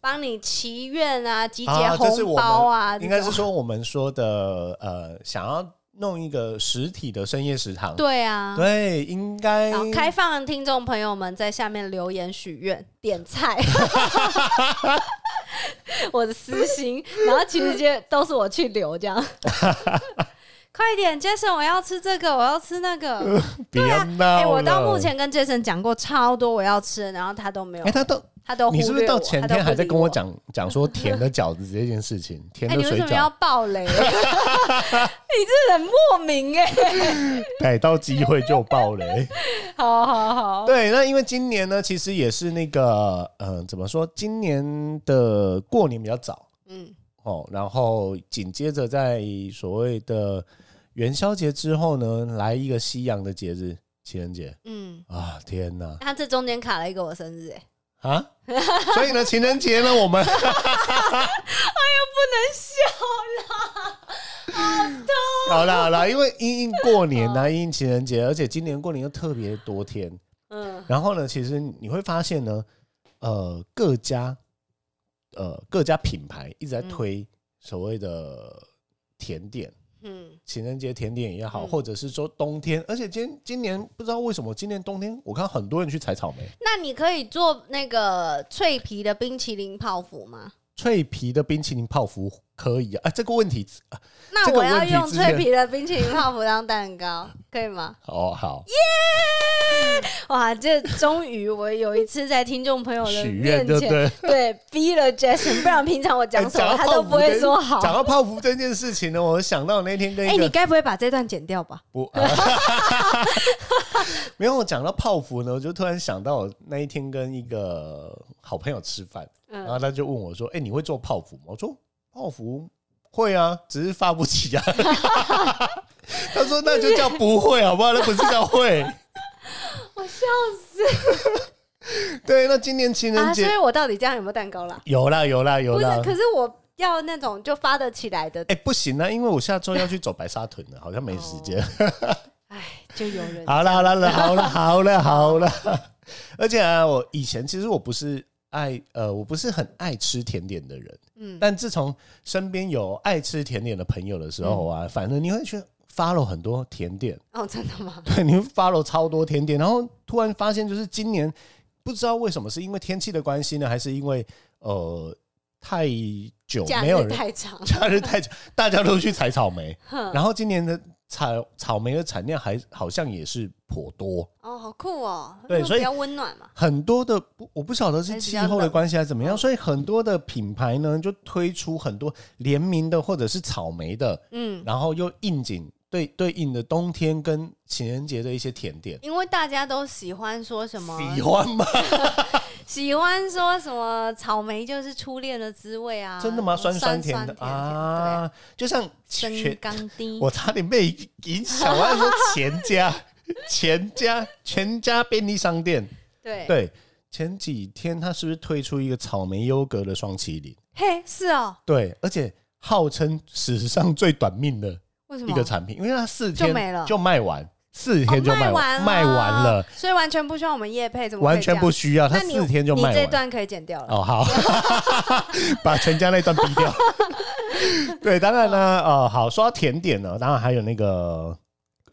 S2: 帮、你祈愿啊，集结
S1: 啊这是
S2: 红
S1: 我
S2: 包啊，
S1: 应该
S2: 这
S1: 是
S2: 种
S1: 说我们说的呃，想要弄一个实体的深夜食堂。
S2: 对啊。
S1: 对，应该
S2: 然后开放听众朋友们在下面留言许愿点 [LAUGHS] 菜，我的私心，然后其实就都是我去留 [LAUGHS] 这样。快点，Jason，我要吃这个，我要吃那个。哎
S1: 别闹了、
S2: 啊哎、我到目前跟 Jason 讲过超多我要吃的，然后他都没有
S1: 哎、。他都
S2: 他都忽
S1: 你
S2: 略
S1: 是不是到前天还在跟我
S2: 我，
S1: 讲讲说甜的饺子这件
S2: [LAUGHS]
S1: 事情，
S2: 他
S1: 甜
S2: 都不理我哎、你
S1: 的
S2: 为什
S1: 水
S2: 么要
S1: 饺
S2: 爆 [LAUGHS] 雷？你这人莫名哎、
S1: 逮哎到机会就爆哎雷？
S2: [LAUGHS] 好好好，
S1: 对，那因为今年呢，其实也是那个，嗯、怎么说？今年的过年比较早
S2: 嗯，
S1: 哦，然后紧接着在所谓的元宵节之后呢，来一个西洋的节日——情人节
S2: 嗯，
S1: 啊！天哪
S2: 他这中间卡了一个我生日、哎，
S1: 啊！ [LAUGHS] 所以呢，情人节呢，我们好啦好啦，因为因因过年呢、因因情人节，而且今年过年又特别多天，
S2: 嗯，
S1: 然后呢，其实你会发现呢，呃，各家呃各家品牌一直在推所谓的甜点，
S2: 嗯，
S1: 情人节甜点也好，
S2: 嗯
S1: 或者是说冬天，而且今今年不知道为什么，今年冬天我看很多人去采草莓，
S2: 那你可以做那个脆皮的冰淇淋泡芙吗？
S1: 脆皮的冰淇淋泡芙可以啊，啊这个问题
S2: 那
S1: 这个
S2: 我要
S1: 问题
S2: 用
S1: 之前
S2: 脆皮的冰淇淋泡芙当蛋糕，可以吗？
S1: 哦好，
S2: [LAUGHS] 哇，这终于我有一次在听众朋友的
S1: 许
S2: 面
S1: 愿对不
S2: 前，
S1: 对？
S2: 对逼了
S1: [LAUGHS]
S2: Jason，不然平常我讲什
S1: 哎
S2: 么
S1: 讲到
S2: 他都
S1: 泡芙
S2: 不会
S1: 跟
S2: 说好。
S1: 讲到泡芙这件事情呢，我想到那天跟
S2: 哎、
S1: 一个
S2: 你该不会把这段剪掉吧？
S1: 不， [LAUGHS] 啊没有。我讲到泡芙呢，我就突然想到我那一天跟一个好朋友吃饭，然
S2: 嗯，
S1: 后他就问我说：“哎、你会做泡芙吗？”我说：“泡芙会啊，只是发不
S2: [LAUGHS]
S1: 起啊。” [LAUGHS] 他说：“那就叫不会好不好？那不是叫会。
S2: [LAUGHS] 我笑死”
S1: [LAUGHS] 对，那今年情人
S2: 啊！所
S1: 节、
S2: 以我到底这样有没有蛋糕啦？
S1: 有啦有啦有
S2: 不是
S1: 啦，。
S2: 可是我要那种就发得起来的，
S1: 哎、不行啊，因为我下周要去走白沙屯了，好像没时间。
S2: 哎，就有人
S1: 好了
S2: [LAUGHS]
S1: 好了好了好了好了，而且啊，我以前其实我不是爱呃，我不是很爱吃甜点的人，
S2: 嗯
S1: 但自从身边有爱吃甜点的朋友的时候
S2: 嗯
S1: 啊，反正你会去 follow 很多甜点， [LAUGHS]
S2: 哦，真的吗？
S1: 对，你会 follow 超多甜点，然后突然发现就是今年不知道为什么是因为天气的关系呢，还是因为呃太久
S2: 假
S1: 没有
S2: 日
S1: 人
S2: 太长，
S1: [LAUGHS] 假日太久，大家都去采草莓，
S2: [LAUGHS] 哼，
S1: 然后今年的草草莓的产量还好像也是颇多。
S2: 哦，好酷哦，
S1: 对
S2: 因为
S1: 所以
S2: 比较温暖嘛，
S1: 很多的不我不晓得
S2: 还
S1: 是
S2: 是比
S1: 气
S2: 较
S1: 候的
S2: 冷
S1: 关系还是怎么样，
S2: 嗯
S1: 所以很多的品牌呢就推出很多联名的或者是草莓的，
S2: 嗯，
S1: 然后又应景对对应的冬天跟情人节的一些甜点。
S2: 因为大家都喜欢说什么，
S1: 喜欢吗？
S2: 喜欢说什么草莓就是初恋的滋味啊，
S1: 真的吗？酸
S2: 酸
S1: 甜的
S2: 甜甜
S1: 啊，就像
S2: 对啊，
S1: 全
S2: 生钢滴，
S1: 我差点被影响，我还说全家 [LAUGHS] 全家全家便利商店。
S2: 对，
S1: 对，前几天他是不是推出一个草莓优格的双麒麟？
S2: 嘿，是哦，
S1: 对，而且号称史上最短命的
S2: 为什
S1: 一
S2: 么
S1: 个产品，因为它四天
S2: 就没了
S1: 就卖完，四
S2: 哦
S1: 天就卖
S2: 完
S1: 完，卖完了，，
S2: 所以完全不需要我们夜配，怎么
S1: 完全不
S2: 需
S1: 需要，它四天就卖
S2: 你这
S1: 完。
S2: 段可以剪掉了，
S1: 哦，好， [LAUGHS] 把全家那段逼掉。 [LAUGHS] 对，当然呢，呃，好，说到甜点呢，当然还有那个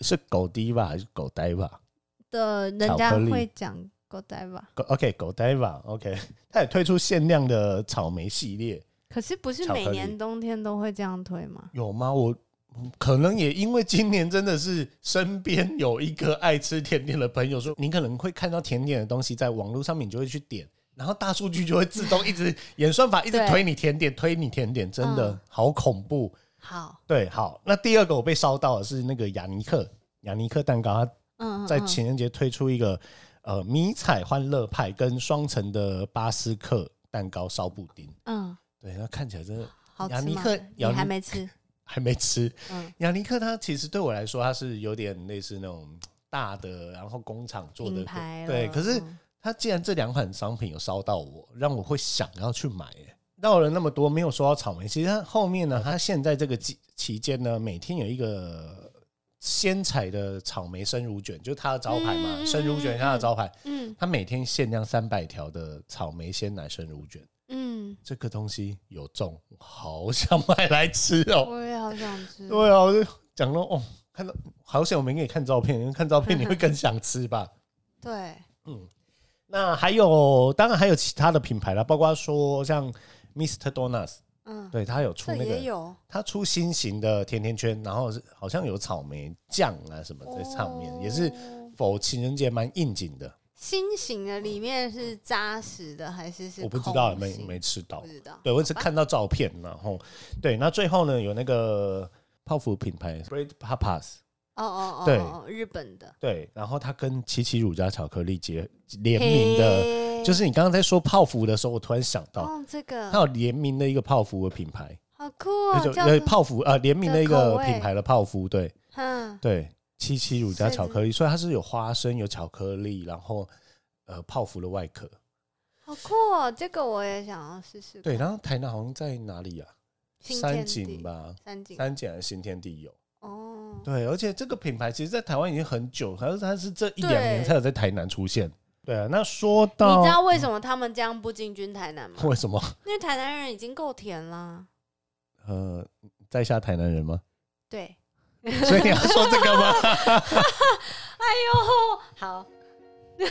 S1: 是狗滴吧，还是狗呆吧？
S2: 的人
S1: 巧
S2: 家
S1: 克力
S2: 会讲 g o d i v a
S1: 狗 OK，狗呆吧，OK，它也推出限量的草莓系列，
S2: 可是不是
S1: 巧克力
S2: 每年冬天都会这样推吗？
S1: 有吗？我嗯可能也因为今年真的是身边有一个爱吃甜点的朋友说，你可能会看到甜点的东西在网络上面，你就会去点，然后大数据就会自动一直演算法一直
S2: 对
S1: 推你甜点，推你甜点，真的、
S2: 嗯
S1: 好恐怖。
S2: 好，
S1: 对，好，那第二个我被烧到的是那个雅尼克雅尼克蛋糕，
S2: 嗯，嗯
S1: 它在
S2: 嗯
S1: 情人节推出一个、呃迷彩欢乐派跟双层的巴斯克蛋糕烧布丁，
S2: 嗯，
S1: 对，那看起来真的
S2: 好吃
S1: 雅尼
S2: 吗
S1: 克
S2: 你
S1: 雅尼
S2: 还没吃，
S1: 还没吃，
S2: 嗯，
S1: 雅尼克它其实对我来说，它是有点类似那种大的，然后工厂做的
S2: 品牌
S1: 对。
S2: 了
S1: 可是
S2: 嗯
S1: 它既然这两款商品有烧到我，让我会想要去买、欸。到了那么多没有说到草莓，其实它后面呢，它现在这个期期间呢，每天有一个鲜采的草莓生乳卷，就是它的招牌嘛，
S2: 嗯嗯
S1: 生乳卷是它的招牌，
S2: 嗯
S1: 它每天限量三百条的草莓鲜奶生乳卷，
S2: 嗯，
S1: 这个东西有中，我好想买来吃哦、
S2: 我也好想吃，
S1: 对啊，我就讲了哦，看到好险我没给你看照片，因为 [LAUGHS] 看照
S2: [LAUGHS]
S1: 片你会更想吃吧。
S2: 对，
S1: 那还有，当然还有其他的品牌啦，包括说像 Mr. Donuts，
S2: 嗯，
S1: 对，它有出
S2: 这
S1: 那
S2: 也
S1: 个，
S2: 有
S1: 它出新型的甜甜圈，然后是好像有草莓酱啊什么在上面，也是
S2: 哦
S1: 否情人节蛮应景的。
S2: 新型的里面是扎实的还是是
S1: 我不知道
S2: 空
S1: 没
S2: 心嗯
S1: 没吃到
S2: 不，知道。
S1: 对我只看到照片，然后对，那最后呢有那个泡芙品牌 Bread Papas，
S2: 哦哦哦，
S1: 对
S2: 哦，日本的
S1: 对，然后它跟奇奇乳加巧克力结联名的，
S2: 嘿
S1: 就是你刚刚在说泡芙的时候，我突然想到，
S2: 哦，这
S1: 它
S2: 个
S1: 有联名的一个泡芙的品牌，
S2: 好酷哦，
S1: 那就
S2: 叫
S1: 呃
S2: 做
S1: 泡芙呃联名的一
S2: 的口
S1: 个
S2: 味
S1: 品牌的泡芙，对
S2: 嗯，
S1: 对，七七乳加
S2: 是
S1: 巧克力，所以它是有花生有巧克力，然后呃泡芙的外壳，
S2: 好酷哦，这个我也想要试试看。
S1: 对，然后台南好像在哪里啊？
S2: 新
S1: 三
S2: 天
S1: 井
S2: 地
S1: 吧，
S2: 三井
S1: 三井还是新天地有。
S2: 哦，
S1: 对，而且这个品牌其实，在台湾已经很久，好像它是这一两
S2: 对
S1: 年才有在台南出现。对啊，那说
S2: 你
S1: 到
S2: 知道为什么他们这样不进军台南吗？
S1: 为什么
S2: 因为台南人已经够甜啦。
S1: 呃在下台南人吗？
S2: 对，
S1: 所以你要说这个吗？
S2: 哎呦， [LAUGHS] 好，又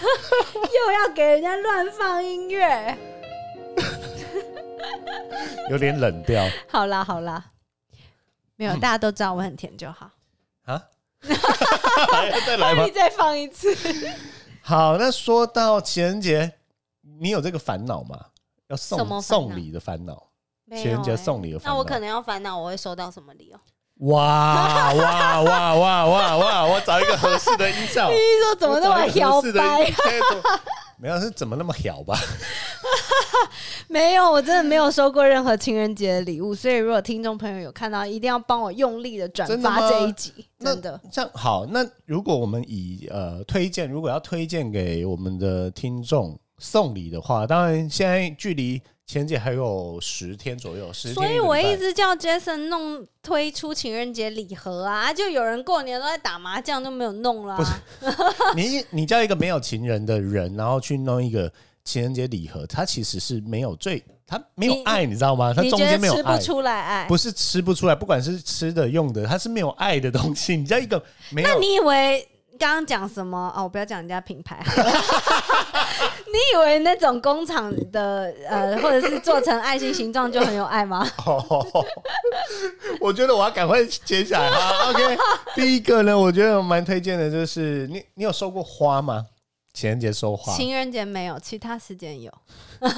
S2: 要给人家乱放音乐。
S1: 有点冷掉
S2: 好啦，好啦，没有，大家都知道我很甜就好。
S1: 啊？还要再来吗
S2: 你？再放一次，
S1: 好，那说到情人节，你有这个烦恼吗？要
S2: 什么
S1: 送
S2: 烦恼
S1: 送礼的烦恼，
S2: 没
S1: 情人节
S2: 有欸
S1: 送礼的烦恼。
S2: 那我可能要烦恼我会收到什么礼哦？
S1: 哇哇哇哇哇哇！我找一个合适的音效。
S2: 你说怎么那么摇摆？
S1: 白？没有是怎么那么摇吧？
S2: 没有，我真的没有收过任何情人节的礼物，所以如果听众朋友有看到，一定要帮我用力的转
S1: 真的
S2: 发
S1: 吗
S2: 这一集，
S1: 那
S2: 真的。
S1: 这样好，那如果我们以呃推荐，如果要推荐给我们的听众送礼的话，当然现在距离前姐还有十天左右，十天
S2: 所以
S1: 个礼
S2: 我
S1: 拜
S2: 一直叫 Jason 弄推出情人节礼盒啊，就有人过年都在打麻将都没有弄啊啦、
S1: 不是你你叫一个没有情人的人，然后去弄一个情人节礼盒，他其实是没有最他没有
S2: 你
S1: 爱，你知道 [LAUGHS] 吗？他
S2: 你
S1: 中
S2: 觉
S1: 间
S2: 得
S1: 没有
S2: 吃
S1: 爱
S2: 不。出来哎爱？
S1: 不是吃不出来，不管是吃的用的，它是没有爱的东西。你叫一个没有
S2: 那你以为刚刚讲什么？哦，我不要讲人家品牌。 [LAUGHS] 你以为那种工厂的呃，或者是做成爱心形状就很有爱
S1: [LAUGHS]
S2: 吗？
S1: 哦， [LAUGHS] 我觉得我要赶快接下来哈。OK，第一个呢，我觉得我蛮推荐的，就是你你有收过花吗？情人节收花，
S2: 情人节没有，其他时间有。我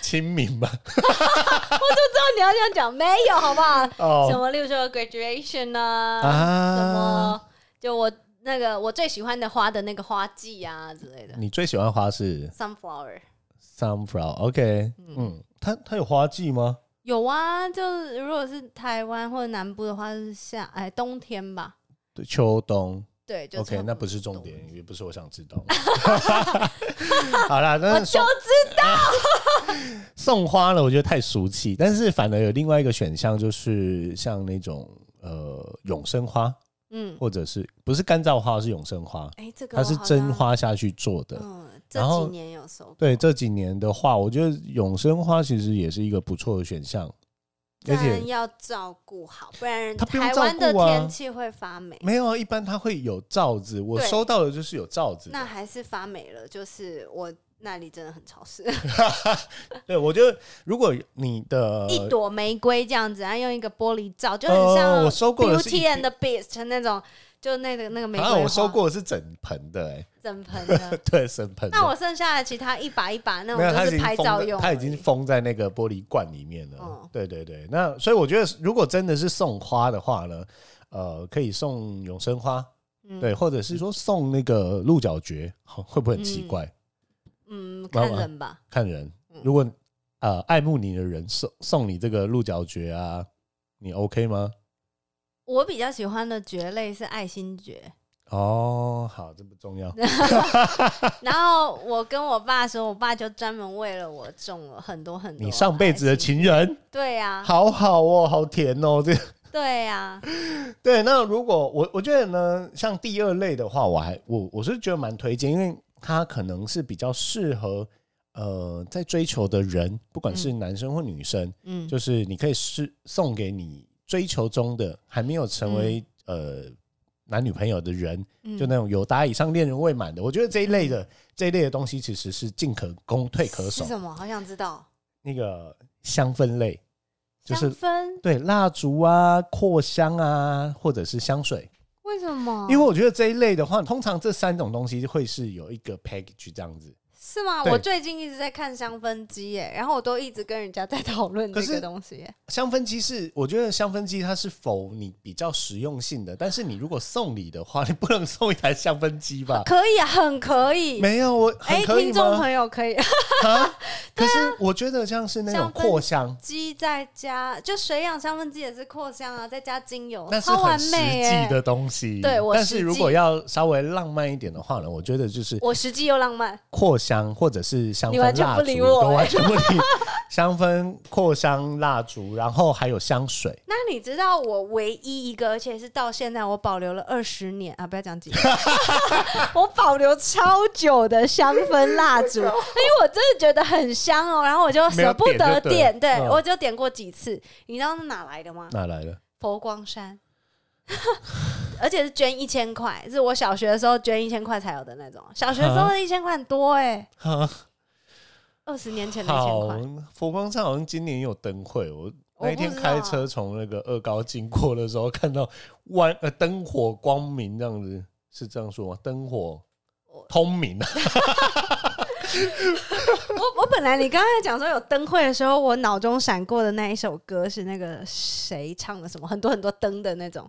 S1: 清明吧？
S2: 就知道你要这样讲，没有好不好？什
S1: 哦
S2: 么，例如说 graduation 啊，
S1: 啊
S2: 什么就我那个我最喜欢的花的那个花季啊之类的
S1: 你最喜欢花是
S2: ，sunflower。
S1: sunflower。OK，嗯，它它有花季吗？
S2: 有啊，就是如果是台湾或者南部的话，是夏哎冬天吧，
S1: 对，秋冬。
S2: 对，就差
S1: OK，
S2: 多
S1: 那不是重点，也不是我想知道。 [LAUGHS] 好啦，
S2: 我
S1: 那
S2: 就
S1: 送
S2: 知
S1: [LAUGHS] 送花了，我觉得太俗气。但是反而有另外一个选项，就是像那种呃永生花，
S2: 嗯，
S1: 或者是不是干燥花，是永生花，
S2: 哎、这个
S1: 它
S2: 我
S1: 是
S2: 好
S1: 真
S2: 像，
S1: 花下去做的。
S2: 嗯，这
S1: 然后
S2: 几年有收过，
S1: 对这几年的话，我觉得永生花其实也是一个不错的选项，而
S2: 但
S1: 且
S2: 要照顾好，不然
S1: 它不用
S2: 台
S1: 照
S2: 湾的
S1: 顾啊
S2: 天气会发霉，
S1: 没有啊，一般它会有罩子，我
S2: 对
S1: 收到的就是有罩子的。
S2: 那还是发霉了，就是我那里真的很潮湿，
S1: 呃对，我觉得如果你的
S2: 一朵玫瑰这样子，然后用一个玻璃罩，就很
S1: 哦
S2: 像
S1: 我收过的是一
S2: Beauty and the Beast 那种，就那个那个玫瑰
S1: 啊，
S2: 花，
S1: 我收过的是整盆的、欸， [LAUGHS]
S2: 整盆的。
S1: 对，整盆的。
S2: 那我剩下的其他一把一把那
S1: 没有，
S2: 种
S1: 它
S2: 就
S1: 已
S2: 是
S1: 经
S2: 拍
S1: 封
S2: 照
S1: 在
S2: 用而已，
S1: 它已经封在那个玻璃罐里面了。
S2: 嗯
S1: 对对对，那所以我觉得，如果真的是送花的话呢，呃，可以送永生花，
S2: 嗯
S1: 对，或者是说送那个鹿角蕨， [LAUGHS] 好会不会很奇怪？
S2: 嗯，
S1: 慢
S2: 看
S1: 慢
S2: 人吧，
S1: 看人
S2: 嗯，
S1: 如果呃爱慕你的人送送你这个鹿角蕨啊，你 OK 吗？
S2: 我比较喜欢的蕨类是爱心蕨，
S1: 哦，好，这不
S2: [LAUGHS]
S1: 重要。
S2: 然后我跟我爸说，我爸就专门为了我种了很多很多。
S1: 你上辈子的？情
S2: [LAUGHS]
S1: 人，
S2: 对呀、
S1: 好好哦，好甜哦，这
S2: 对呀、
S1: 对，那如果我我觉得呢，像第二类的话，我还我我是觉得蛮推荐，因为它可能是比较适合呃在追求的人，不管是男生或女生，
S2: 嗯，
S1: 就是你可以是送给你追求中的还没有成为、
S2: 嗯
S1: 呃男女朋友的人，就那种有达以上恋人未满的，我觉得这一类的、这一类的东西其实是进可攻退可
S2: 嗯是，
S1: 守
S2: 什么？好想知道。
S1: 那个香氛类就是
S2: 香氛
S1: 对蜡烛啊、扩香啊，或者是香水。
S2: 为什么？
S1: 因为我觉得这一类的话，通常这三种东西会是有一个 package 这样子。
S2: 是吗？
S1: 对
S2: 我最近一直在看香氛机耶，然后我都一直跟人家在讨论
S1: 可
S2: 这
S1: 是
S2: 个东西耶。
S1: 香氛机是，我觉得香氛机它是否你比较实用性的，但是你如果送礼的话，你不能送一台香氛机吧？
S2: 可以啊，很 [LAUGHS] 可以。
S1: 没有，我
S2: 哎、
S1: 很可以
S2: 听众
S1: 吗？
S2: 朋友可以， [LAUGHS]
S1: 啊，可是我觉得像是那种
S2: 香氛
S1: 扩香，
S2: 鸡在家就水养香氛机也是扩香啊，再加精油，
S1: 那是
S2: 超
S1: 很
S2: 完
S1: 实
S2: 美
S1: 际
S2: 耶。
S1: 的东西。
S2: 对我
S1: 但
S2: 实
S1: 是如
S2: 际
S1: 果要稍微浪漫一点的话呢，我觉得就是
S2: 我实际又浪漫，
S1: 扩香或者是香
S2: 你
S1: 氛
S2: 完全
S1: 蜡
S2: 不
S1: 烛，
S2: 理我
S1: 都
S2: 欸
S1: 完全不理。香氛、扩香蜡烛，然后还有香水。
S2: 那你知道我唯一一个，而且是到现在我保留了二十年啊，不要讲几年， [LAUGHS] 我保留超久的香氛蜡
S1: [LAUGHS]
S2: 烛，因为我真的觉得很香哦，然后我就舍不
S1: 没有
S2: 得
S1: 点就对了
S2: 点，对
S1: 嗯
S2: 我就点过几次。你知道是哪来的吗？
S1: 哪来的？
S2: 佛光山， [LAUGHS] 而且是捐一千块，是我小学的时候捐一千块才有的那种，小学的时候的一千块很多哎、
S1: 啊
S2: 二十年前的一千
S1: 好
S2: 块，，
S1: 佛光山好像今年有灯会，我
S2: 我
S1: 那一天
S2: 不知道啊
S1: 开车从那个二高经过的时候，看到万呃灯火光明这样子，是这样说吗？灯火
S2: 我
S1: 通明啊，
S2: 我我本来你刚才讲说有灯会的时候，我脑中闪过的那一首歌是那个谁唱的什么很多很多灯的那种，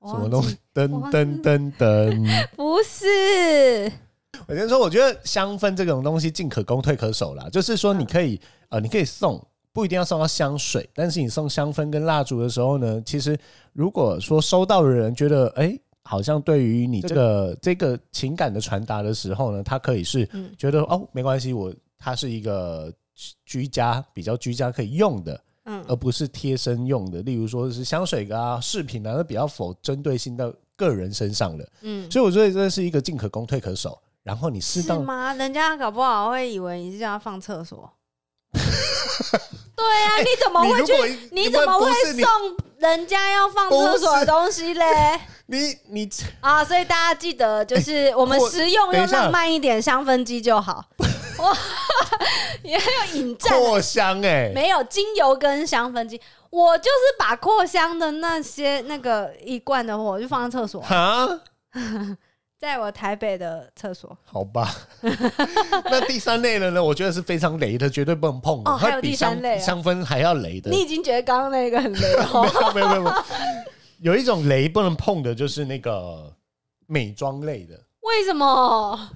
S2: 我
S1: 什么
S2: 忘
S1: 东
S2: 记
S1: 西？灯
S2: 我忘记
S1: 灯灯灯。
S2: 不是，
S1: 我先说，我觉得香氛这种东西进可攻退可守啦，就是
S2: 嗯
S1: 说你可以、呃，你可以送，不一定要送到香水，但是你送香氛跟蜡烛的时候呢，其实如果说收到的人觉得哎、诶好像对于你这个这个情感的传达的时候呢，他可以是
S2: 嗯
S1: 觉得、哦没关系，我它是一个居居家比较居家可以用的，
S2: 嗯，
S1: 而不是贴身用的，例如说是香水啊、饰品啊，那比较否针对性到个人身上的。
S2: 嗯，
S1: 所以我觉得这是一个进可攻退可守，然后你适
S2: 是
S1: 当
S2: 吗？人家搞不好会以为你是叫他放厕
S1: [LAUGHS]
S2: 所。对啊，你怎么
S1: 哎你
S2: 会
S1: 如
S2: 去？
S1: 果
S2: 你怎么
S1: 不
S2: 会
S1: 是你
S2: 送人家要放厕所的东西
S1: [LAUGHS]
S2: 嘞？
S1: 你你
S2: 啊，所以大家记得，就是我们
S1: 扩
S2: 实用
S1: 哎等
S2: 又
S1: 一下
S2: 浪漫一点，香氛机就好。哇， [LAUGHS] 也有引战啊
S1: 扩香哎、
S2: 没有精油跟香氛机，我就是把扩香的那些那个一罐的，我就放在厕所，
S1: 哈，
S2: 在我台北的厕所。
S1: 好
S2: [LAUGHS]
S1: 吧。那第三类的呢？我觉得是非常雷的，绝对不能碰的。
S2: 哦还有
S1: 它比
S2: 第三
S1: 香
S2: 类啊
S1: 香氛还要雷的。
S2: 你已经觉得刚刚那个很雷了
S1: [LAUGHS] 没 [LAUGHS]
S2: 哦，
S1: 有没有没有没有，有一种雷不能碰的，就是那个美妆类的。
S2: 为什么？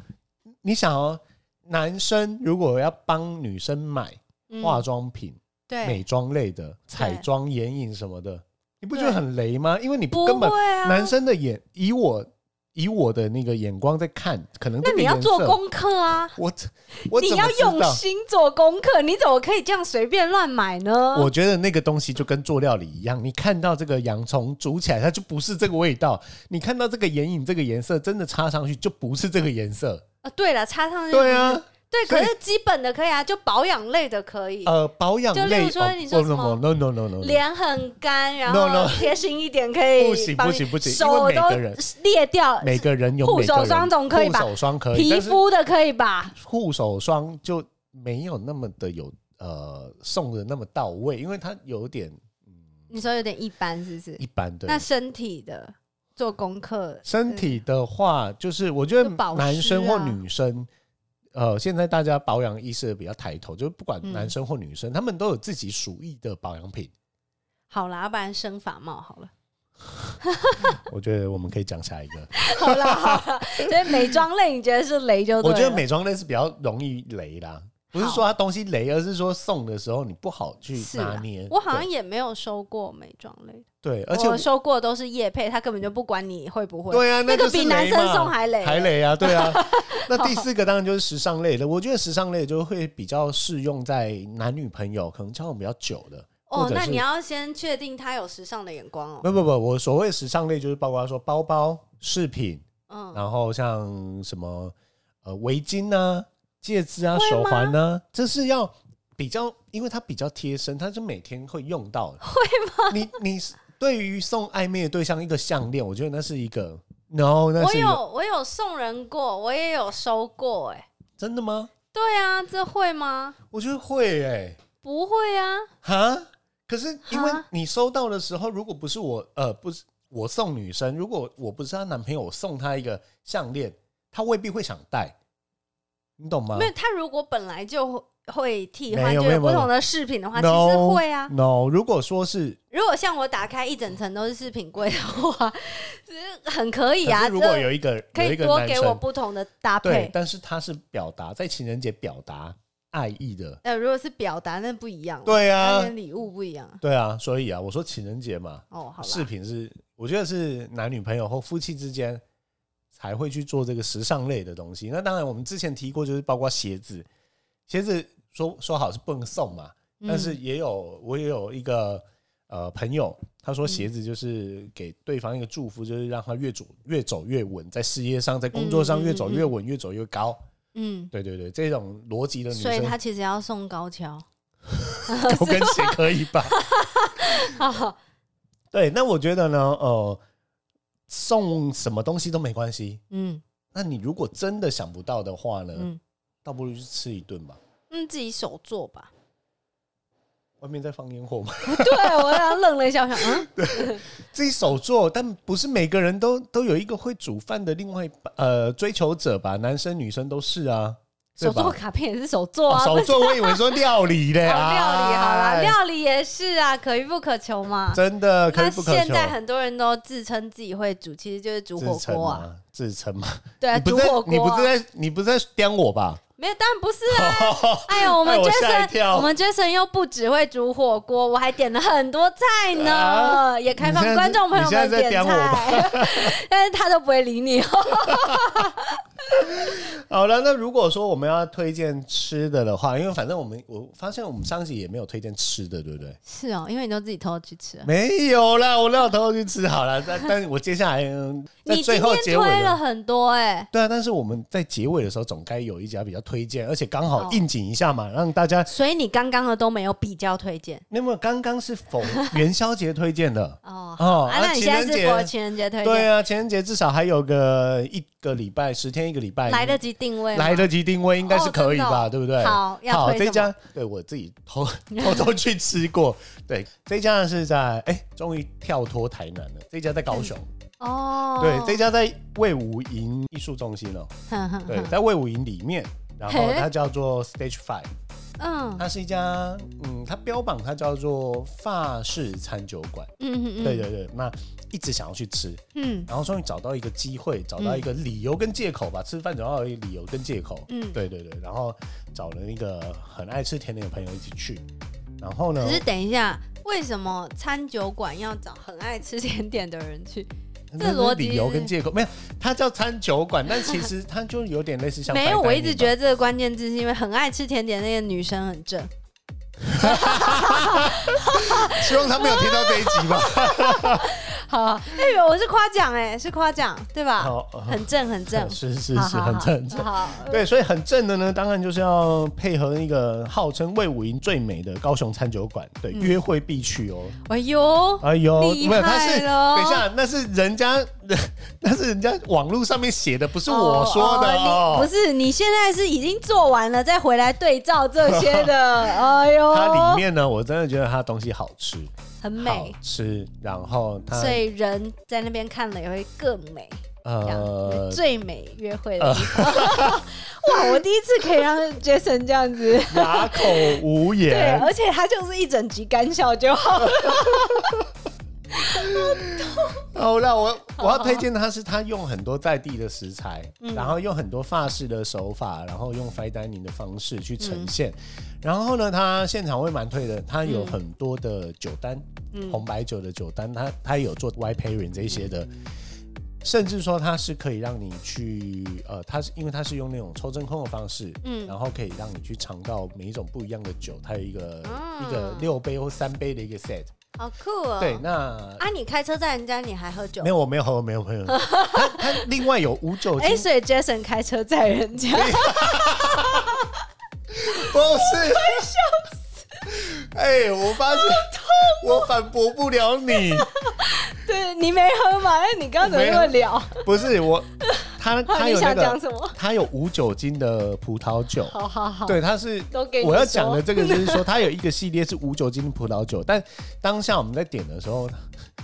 S1: 你想哦，男生如果要帮女生买
S2: 嗯
S1: 化妆品、美
S2: 对，
S1: 妆类的、彩妆、眼影什么的，你不觉得
S2: 对
S1: 很雷吗？因为你
S2: 不
S1: 根本
S2: 会啊。
S1: 男生的眼，以我以我的那个眼光在看，可能
S2: 那
S1: 这个
S2: 你要
S1: 颜
S2: 做
S1: 色，
S2: 功课啊，
S1: 我我
S2: 你
S1: 怎么
S2: 要
S1: 知
S2: 用
S1: 道？
S2: 心做功课，你怎么可以这样随便乱买呢？
S1: 我觉得那个东西就跟做料理一样，你看到这个洋葱煮起来，它就不是这个味道；你看到这个眼影这个颜色，真的插上去就不是这个颜色。
S2: 啊，对了，插上去
S1: 对啊，
S2: 对，
S1: 所以
S2: 可是基本的可以啊，就保养类的可以，
S1: 呃，保养
S2: 就例
S1: 类
S2: 如说
S1: 哦
S2: 你说呃
S1: 不
S2: 什么
S1: no no no no no，
S2: 脸很干，然
S1: No, no
S2: 后贴心一点可以
S1: 不行
S2: 帮
S1: 不
S2: 你
S1: 行不行，因
S2: 手
S1: 为每
S2: 都
S1: 个人
S2: 裂掉，
S1: 每个人有
S2: 护
S1: 每个
S2: 手
S1: 人
S2: 霜总可以
S1: 护
S2: 吧
S1: 手霜可以，
S2: 皮
S1: 但是
S2: 肤的可以吧？
S1: 护手霜就没有那么的有呃送的那么到位，因为它有点
S2: 你说有点一般是不是？
S1: 一般的。
S2: 那身体的做功课，
S1: 身体的话，就是我觉得
S2: 就保湿啊
S1: 男生或女生，呃，现在大家保养意识比较抬头，就是不管
S2: 嗯
S1: 男生或女生，他们都有自己属意的保养品。
S2: 好啦，要不然生发帽好了， [LAUGHS]
S1: 我觉得我们可以讲下一
S2: 哦
S1: 个。
S2: 好啦好
S1: [LAUGHS]
S2: 啦，所以美妆类你觉得是雷就对
S1: 我
S2: 了，
S1: 觉得美妆类是比较容易雷啦，不是说它东西雷，而是说送的时候你不好去
S2: 是
S1: 拿
S2: 啊
S1: 捏。
S2: 我好像也没有收过美妆类的，
S1: 对，对而且
S2: 我收过都是叶配，他根本就不管你会不会，
S1: 对啊，
S2: 那
S1: 就
S2: 个
S1: 是
S2: 比男
S1: 雷
S2: 生
S1: 嘛
S2: 送还雷，哦
S1: 还雷啊，
S2: [LAUGHS]
S1: 对啊。那第四个当然就是时尚类的，我觉得时尚类就会比较适用在男女朋友，可能交往比较久的。或
S2: 哦，
S1: 者
S2: 那
S1: 是
S2: 你要先确定他有时尚的眼光哦。
S1: 不不不，我所谓时尚类就是包括说包包、饰品，
S2: 嗯，
S1: 然后像什么呃围巾啊、戒指啊、
S2: 会
S1: 手
S2: 吗
S1: 环呢、啊，这是要比较，因为它比较贴身，它是每天会用到的。会吗？你你对于送暧昧的对象一个项链，我觉得那是一个 no，那
S2: 我
S1: 是一个
S2: 有我有送人过，我也有收过，哎，
S1: 真的吗？
S2: 对啊，这会吗？
S1: 我觉得会哎、
S2: 不会啊，
S1: 哈，可是因为
S2: 哈
S1: 你收到的时候，如果不是我，呃，不是我送女生，如果我不是她男朋友，我送她一个项链，她未必会想戴，你懂吗
S2: 没有，他如果本来就会会替
S1: 啊没
S2: 换，
S1: 有
S2: 就
S1: 没有
S2: 不
S1: 没有
S2: 同的饰品的话，其实
S1: No
S2: 会啊。
S1: ？No，如果说是，
S2: 如果像我打开一整层都是饰品柜的话， [LAUGHS] 只是很可以
S1: 可
S2: 啊。
S1: 是如果
S2: 这
S1: 有一个
S2: 可
S1: 有
S2: 以
S1: 一个
S2: 多
S1: 男
S2: 给我
S1: 生，
S2: 不同的搭
S1: 对
S2: 配，。
S1: 但是他是表达在情人节表达爱意的，
S2: 呃，如果是表达，那不一样了。
S1: 对
S2: 那
S1: 啊，
S2: 跟礼物不一样。
S1: 对啊，所以啊，我说情人节嘛，
S2: 哦，好
S1: 饰
S2: 啦，
S1: 品是我觉得是男女朋友或夫妻之间才会去做这个时尚类的东西。那当然，我们之前提过，就是包括鞋子，鞋子说说好是不能送嘛，
S2: 嗯
S1: 但是也有我也有一个呃朋友，他说鞋
S2: 嗯
S1: 子就是给对方一个祝福，就是让他越走越走越稳，在事业上、在工作上
S2: 嗯嗯
S1: 越走越稳，越走越高。
S2: 嗯，
S1: 对对对，这种逻辑的
S2: 嗯
S1: 女
S2: 所以
S1: 生
S2: 他其实要送高跷。 [LAUGHS]
S1: [LAUGHS] 高跟鞋可以吧？对，那我觉得呢，呃，送什么东西都没关系。
S2: 嗯
S1: 那你如果真的想不到的话呢，
S2: 嗯
S1: 倒不如去吃一顿吧。
S2: 嗯，自己手做吧。
S1: 外面在放烟火嘛， [LAUGHS]
S2: [LAUGHS] 对，我刚愣了一下，我想，嗯，
S1: 自己手做，但不是每个人都都有一个会煮饭的另外一半呃追求者吧，男生女生都是啊，对
S2: 手
S1: 吧？
S2: 做卡片也是手做
S1: 哦
S2: 啊，
S1: 手做，我以为说料理嘞，
S2: 不是 [LAUGHS] 哦料理好啦，
S1: 哎
S2: 料理也是啊，可遇不可求嘛。
S1: 真的可
S2: 那
S1: 遇不可
S2: 现
S1: 求。
S2: 在很多人都自称自己会煮，其实就是煮火
S1: 自称
S2: 锅啊，
S1: 嘛，自称嘛，
S2: 对啊，
S1: 你不
S2: 煮
S1: 是
S2: 火
S1: 在你
S2: 锅
S1: 不
S2: 啊、
S1: 是在你不是在刁我吧？
S2: 没有，当然不是啊。
S1: [LAUGHS]
S2: 哎呦，我们
S1: 哎我吓
S2: Jason，、
S1: 一跳
S2: 我们 Jason 又不只会煮火锅，我还点了很多菜呢，
S1: 啊
S2: 也开
S1: 你现在
S2: 放观
S1: 是
S2: 众朋友
S1: 你现
S2: 们
S1: 在在
S2: 点
S1: 点我
S2: 菜， [LAUGHS] 但是他都不会理你哦。
S1: 好了，那如果说我们要推荐吃的的话，因为反正我们我发现我们上一集也没有推荐吃的，对不对？
S2: [LAUGHS] 是哦，因为你都自己偷去 [LAUGHS] 吃、啊。
S1: 没有啦，我绕头去吃好了。但但我接下来嗯
S2: [LAUGHS]
S1: 在
S2: 你今
S1: 最后
S2: 天
S1: 结尾
S2: 推了
S1: 的，
S2: 很多哎、
S1: 对啊，但是我们在结尾的时候总该有一家比较推荐，而且刚好应景一下嘛，让大家。
S2: 所以你刚刚的都没有比较推荐
S1: 那么刚刚是否元宵节推荐的？
S2: [LAUGHS] 哦。
S1: 哦，
S2: 啊，那你
S1: 情
S2: 现在
S1: 人
S2: 是国
S1: 节
S2: 情人节推
S1: 对
S2: 荐，
S1: 啊，情人节至少还有个一个礼拜，十天一个礼拜
S2: 来得及定位吗
S1: 来得及定位，应该是可以吧？
S2: 哦真的哦
S1: 对不对？
S2: 好，要
S1: 好，
S2: 推
S1: 这
S2: 什么？
S1: 家对我自己偷 [LAUGHS] 偷偷去吃过。对，这家呢是在哎，终于跳脱台南了。这家在高雄，
S2: 哦，
S1: 对，
S2: [LAUGHS]
S1: 这家在魏武营艺术中心哦，
S2: 哼哼
S1: 对，
S2: 嗯哼
S1: 在魏武营里面。然后
S2: 嘿
S1: 它叫做 Stage Five，
S2: 嗯
S1: 它是一家，嗯，它标榜它叫做法式餐酒馆，
S2: 嗯嗯，
S1: 对对对，那一直想要去吃，
S2: 嗯
S1: 然后终于找到一个机会，找到一个理由跟借口吧，吃饭总要有一个理由跟借口，
S2: 嗯，
S1: 对对对，然后找了一个很爱吃甜点的朋友一起去，然后呢
S2: 可，是等一下，为什么餐酒馆要找很爱吃甜点的人
S1: [LAUGHS]
S2: 去？
S1: 那
S2: 这逻辑
S1: 理由
S2: 是
S1: 跟借口没有，它叫餐酒馆，但其
S2: [LAUGHS]
S1: 实它就有点类似像
S2: 没有，
S1: 白
S2: 我
S1: 带
S2: 一直
S1: 面
S2: 觉
S1: 吧
S2: 得这个关键字是因为很爱吃甜点那个女生很
S1: [LAUGHS]
S2: 正，
S1: 希望他没有听到这一集吧。
S2: 好，哎，我是夸奖哎，是夸奖对吧？
S1: 啊好，呃
S2: 啊很正很正，
S1: [LAUGHS] 是是
S2: 好
S1: 是，
S2: 好
S1: 很
S2: 好
S1: 正常。
S2: 好，
S1: 对，所以很正的呢，当然就是要配合那个号称魏武营最美的高雄餐酒馆，对，
S2: 嗯
S1: 约会必去哦。
S2: 哎呦，
S1: 哎呦，
S2: 厉
S1: 没有，他
S2: 害
S1: 是
S2: 了！
S1: 等一下，那是人家， [LAUGHS] 那是人家网络上面写的，不是我说的
S2: 哦
S1: 哦。
S2: 你不是，你现在是已经做完了，再回来对照这些
S1: [LAUGHS]
S2: 的。哎呦，
S1: 它里面呢，我真的觉得它的东西好吃，
S2: 很
S1: 好
S2: 美，
S1: 吃，然后它
S2: 所以人在那边看了也会更美。这样 [LAUGHS]
S1: 呃
S2: 最美约会的地方。
S1: [LAUGHS]
S2: 哇，我第一次可以让 Jason 这样
S1: [LAUGHS]
S2: 子，
S1: 哑口无
S2: 对，
S1: 言。
S2: 而且他就是一整集干笑就
S1: [LAUGHS]
S2: 好了。
S1: 好哦那我我要推荐它是它用很多在地的食材，
S2: 哦嗯
S1: 然后用很多法式的手法，然后用 fine dining 的方式去呈现。然后呢，它现场会蛮推的，它有
S2: 嗯
S1: 很多的酒单，红
S2: 嗯
S1: 白酒的酒单，它它有做 Y pairing 这些的，甚至说它是可以让你去呃，它是因为它是用那种抽真空的方式，
S2: 嗯
S1: 然后可以让你去尝到每一种不一样的酒，它有一个、
S2: 啊
S1: 一个六杯或三杯的一个 set。
S2: 好酷哦。
S1: 对，那。
S2: 啊，你开车载人家，你还喝酒
S1: 没？有，我没有喝，我没有
S2: [LAUGHS]
S1: 朋友。它它另外有无酒精，
S2: 哎，所以 Jason 开车载人家， [LAUGHS]
S1: 不是，哎、我发现
S2: 哦
S1: 我反驳不了你。
S2: 对你没喝嘛？哎，你刚刚怎么那么
S1: 没
S2: 聊？
S1: 不是我，它
S2: 好，[LAUGHS]
S1: 它
S2: 你
S1: 有那
S2: 想讲
S1: 个，
S2: 什么？
S1: 它有无酒精的葡萄酒，
S2: 好好好，
S1: 对，它是
S2: 都给你
S1: 我要
S2: 说
S1: 讲的这个就是说，它有一个系列是无酒精葡萄酒，但当下我们在点的时候，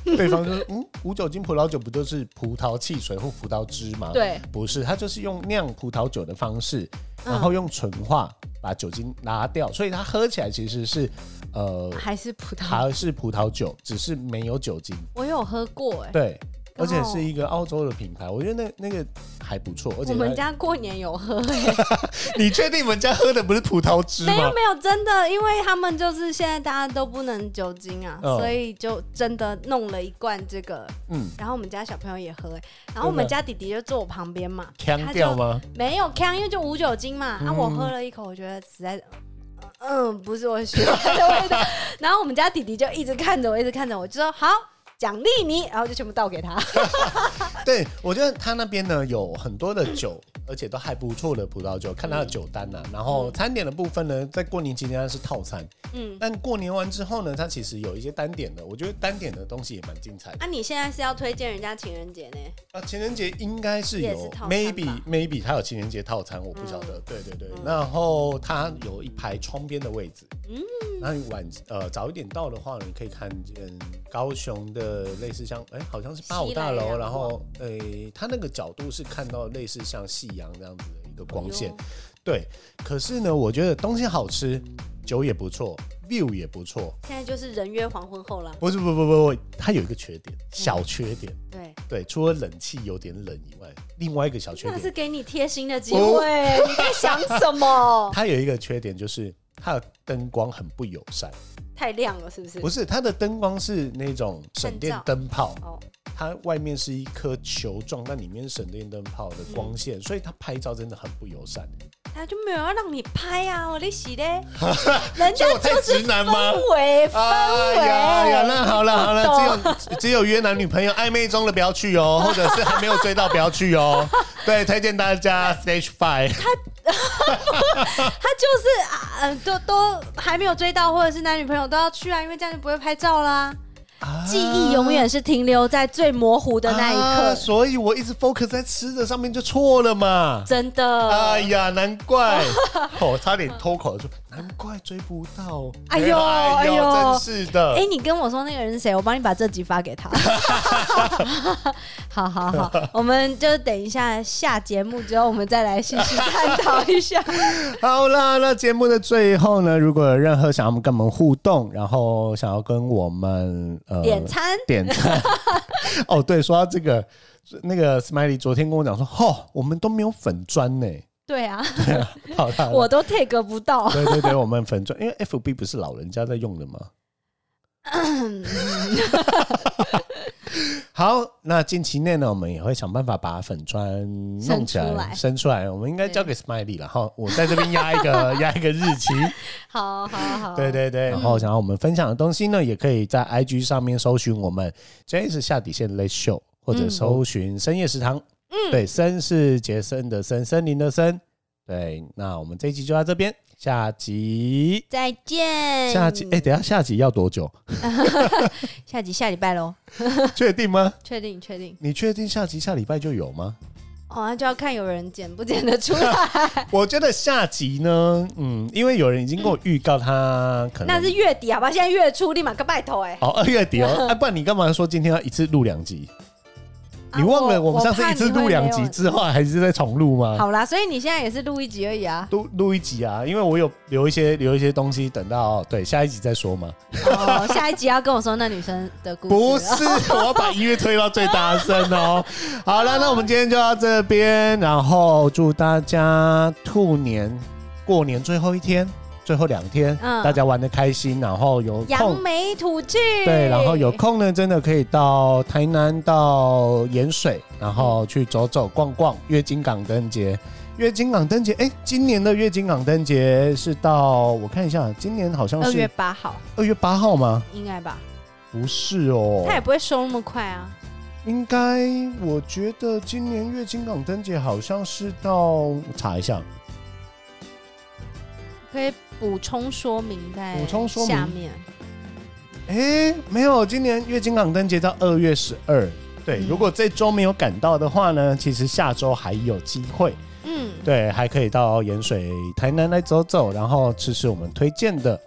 S1: 对方就说：“嗯，无酒精葡萄酒不就是葡萄汽水或葡萄汁吗？”，
S2: 对，
S1: 不是，它就是用酿葡萄酒的方式，
S2: 嗯
S1: 然后用纯化把酒精拿掉，所以它喝起来其实是呃
S2: 还是葡萄。
S1: 还是葡萄酒，只是没有酒精。
S2: 我有喝过哎、
S1: 对，而且
S2: 然后
S1: 是一个澳洲的品牌，我觉得那那个还不错。而且
S2: 我们
S1: 它
S2: 家过年有喝、哎
S1: 你确定我们家喝的不是葡萄汁
S2: 没
S1: 吗
S2: 有？没有，真的，因为他们就是现在大家都不能酒精啊，
S1: 嗯
S2: 所以就真的弄了一罐这个，
S1: 嗯，
S2: 然后我们家小朋友也喝、哎，然后我们
S1: 真
S2: 家弟弟就坐我旁边嘛，
S1: 腔调吗？
S2: 没有 can，因为就无酒精嘛。啊，
S1: 嗯
S2: 我喝了一口，我觉得实在，嗯，不是我喜欢的
S1: [LAUGHS]
S2: 味道。然后我们家弟弟就一直看着我，一直看着我，就说好奖励你，然后就全部倒给他。
S1: 对，我觉得他那边呢有很多的酒，而且都还不错的葡萄酒，看他的酒单呐、然后餐点的部分呢，在过年期间它是套餐，
S2: 嗯，
S1: 但过年完之后呢，它其实有一些单点的，我觉得单点的东西也蛮精彩的。
S2: 啊，你现在是要推荐人家情人节呢？
S1: 啊，情人节应该是
S2: 也
S1: 有
S2: 是套餐吧嗯
S1: maybe maybe 它有情人节套餐，我不晓得。对对对，然后它有一排窗边的位置，嗯，那你晚呃早一点到的话，你可以看见高雄的类似像哎、好像是八五
S2: 西来
S1: 大楼，
S2: 洋
S1: 然后哎、它那个角度是看到类似像夕阳这样子的一个光线。对，可是呢，我觉得东西好吃，酒也不错，view 也不错。
S2: 现在就是人约黄昏后了。
S1: 不是不不不不，它有一个缺点，小缺点。
S2: 对，
S1: 对，除了冷气有点冷以外，另外一个小缺
S2: 那
S1: 点
S2: 是，给你贴心的机会，哦你在想什么？
S1: 它有一个缺点就是它的灯光很不友善。
S2: [LAUGHS] 太亮了，是不是？
S1: 不是，它的灯光是那种省电
S2: 灯罩
S1: 灯泡，
S2: 哦，
S1: 它外面是一颗球状，但里面是省电灯泡的光
S2: 嗯
S1: 线，所以它拍照真的很不友善。
S2: 他就没有要让你拍啊，我的洗
S1: [LAUGHS]
S2: 嘞，人家
S1: 所以我太
S2: 就是
S1: 直男吗
S2: 氛围，氛
S1: 哎
S2: 围。
S1: 呀呀，那好了好
S2: 不
S1: 了，只有只有约男女朋友暧昧中的不要去哦，或者是还没有追到不要去哦。对，推荐大家 Stage Five。
S2: 他就是啊，嗯、都都还没有追到，或者是男女朋友都要去啊，因为这样就不会拍照啦。记忆永远是停留在最模糊的那一刻，
S1: 啊所以我一直 focus 在吃的上面就错了嘛。
S2: 真的。
S1: 哎呀，难
S2: [LAUGHS]
S1: 怪，我、差点脱口而出，难怪追不到。
S2: 哎呦
S1: 哎
S2: 哎
S1: 呦，
S2: 呦
S1: 真是 [LAUGHS] 的。
S2: 哎、你跟我说那个人是谁？我帮你把这集发给他。 [LAUGHS] 好好好，我们就等一下下节目之后，我们再来细细探讨一下。
S1: 好啦，那节目的最后呢，如果有任何想要跟我们互动，然后想要跟我们呃
S2: 点餐
S1: 点
S2: [LAUGHS]
S1: 餐。哦，对，说到这个，那个 Smiley 昨天跟我讲说，吼、我们都没有粉砖呢。
S2: 对啊，
S1: 好啦，
S2: 我都 take 不到。
S1: [LAUGHS] 对对对，我们粉砖，因为 FB 不是老人家在用的吗？嗯 [LAUGHS] 好，那近期内呢，我们也会想办法把粉砖
S2: 生
S1: 弄起
S2: 出
S1: 来、
S2: 来
S1: 伸出来。我们应该交给 Smiley 了哈，我在这边压一 [LAUGHS] 个压一个日期。
S2: 好好好，
S1: 对对对，然后想要我们分享的东西呢，也可以在 IG 上面搜寻我们 JS 下底线 Let's Show，或者搜寻深夜食堂。嗯，对，森是杰森的森，森林的森。对，那我们这一集就到这边，下集。
S2: 再见。
S1: 下集哎、等一下下集要多久？ [LAUGHS]
S2: 下集下礼拜喽，
S1: 确定吗？
S2: 确定确定。
S1: 你确定下集下礼拜就有吗？
S2: 哦，那就要看有人剪不剪得出来。
S1: 我觉得下集呢，嗯，因为有人已经跟我预告他可能
S2: 那是月底好吧？现在月初立马个拜头哎、
S1: 哦 [LAUGHS] 二月底哦，哎、不然你干嘛说今天要一次录两集？啊
S2: 啊
S1: 你忘了我们上次一次录两集之后还是在重录吗？
S2: 好啦，所以你现在也是录一集而已
S1: [LAUGHS]
S2: 啊。
S1: 录录一集啊，因为我有留一些留一些东西，等到哦对下一集再说嘛。
S2: 哦，下一集要跟我说那女生的故事。
S1: 不是，我要把音乐推到最大声哦。好了，那我们今天就到这边，然后祝大家兔年过年最后一天、最后两天，
S2: 嗯
S1: 大家玩的开心，然后有
S2: 扬
S1: 空。
S2: 眉吐气。
S1: 对，然后有空呢，真的可以到台南、到盐水，然后去走走逛逛月经港灯节。月经港灯节，哎，今年的月经港灯节是到我看一下，今年好像
S2: 二月
S1: 是
S2: 八号
S1: 二月八号吗？
S2: 应该吧？
S1: 不是哦，
S2: 他也不会收那么快啊。
S1: 应该，我觉得今年月经港灯节好像是到我查一下，
S2: 可以补充说明在
S1: 补充说明
S2: 下面。
S1: 哎、没有，今年月经港灯节到二月十二，对，如果这周没有赶到的话呢，其实下周还有机会。
S2: 嗯，
S1: 对，还可以到盐水、台南来走走，然后吃吃我们推荐的。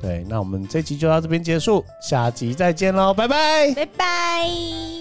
S1: 对，那我们这集就到这边结束，下集再见喽，拜拜。
S2: 拜拜。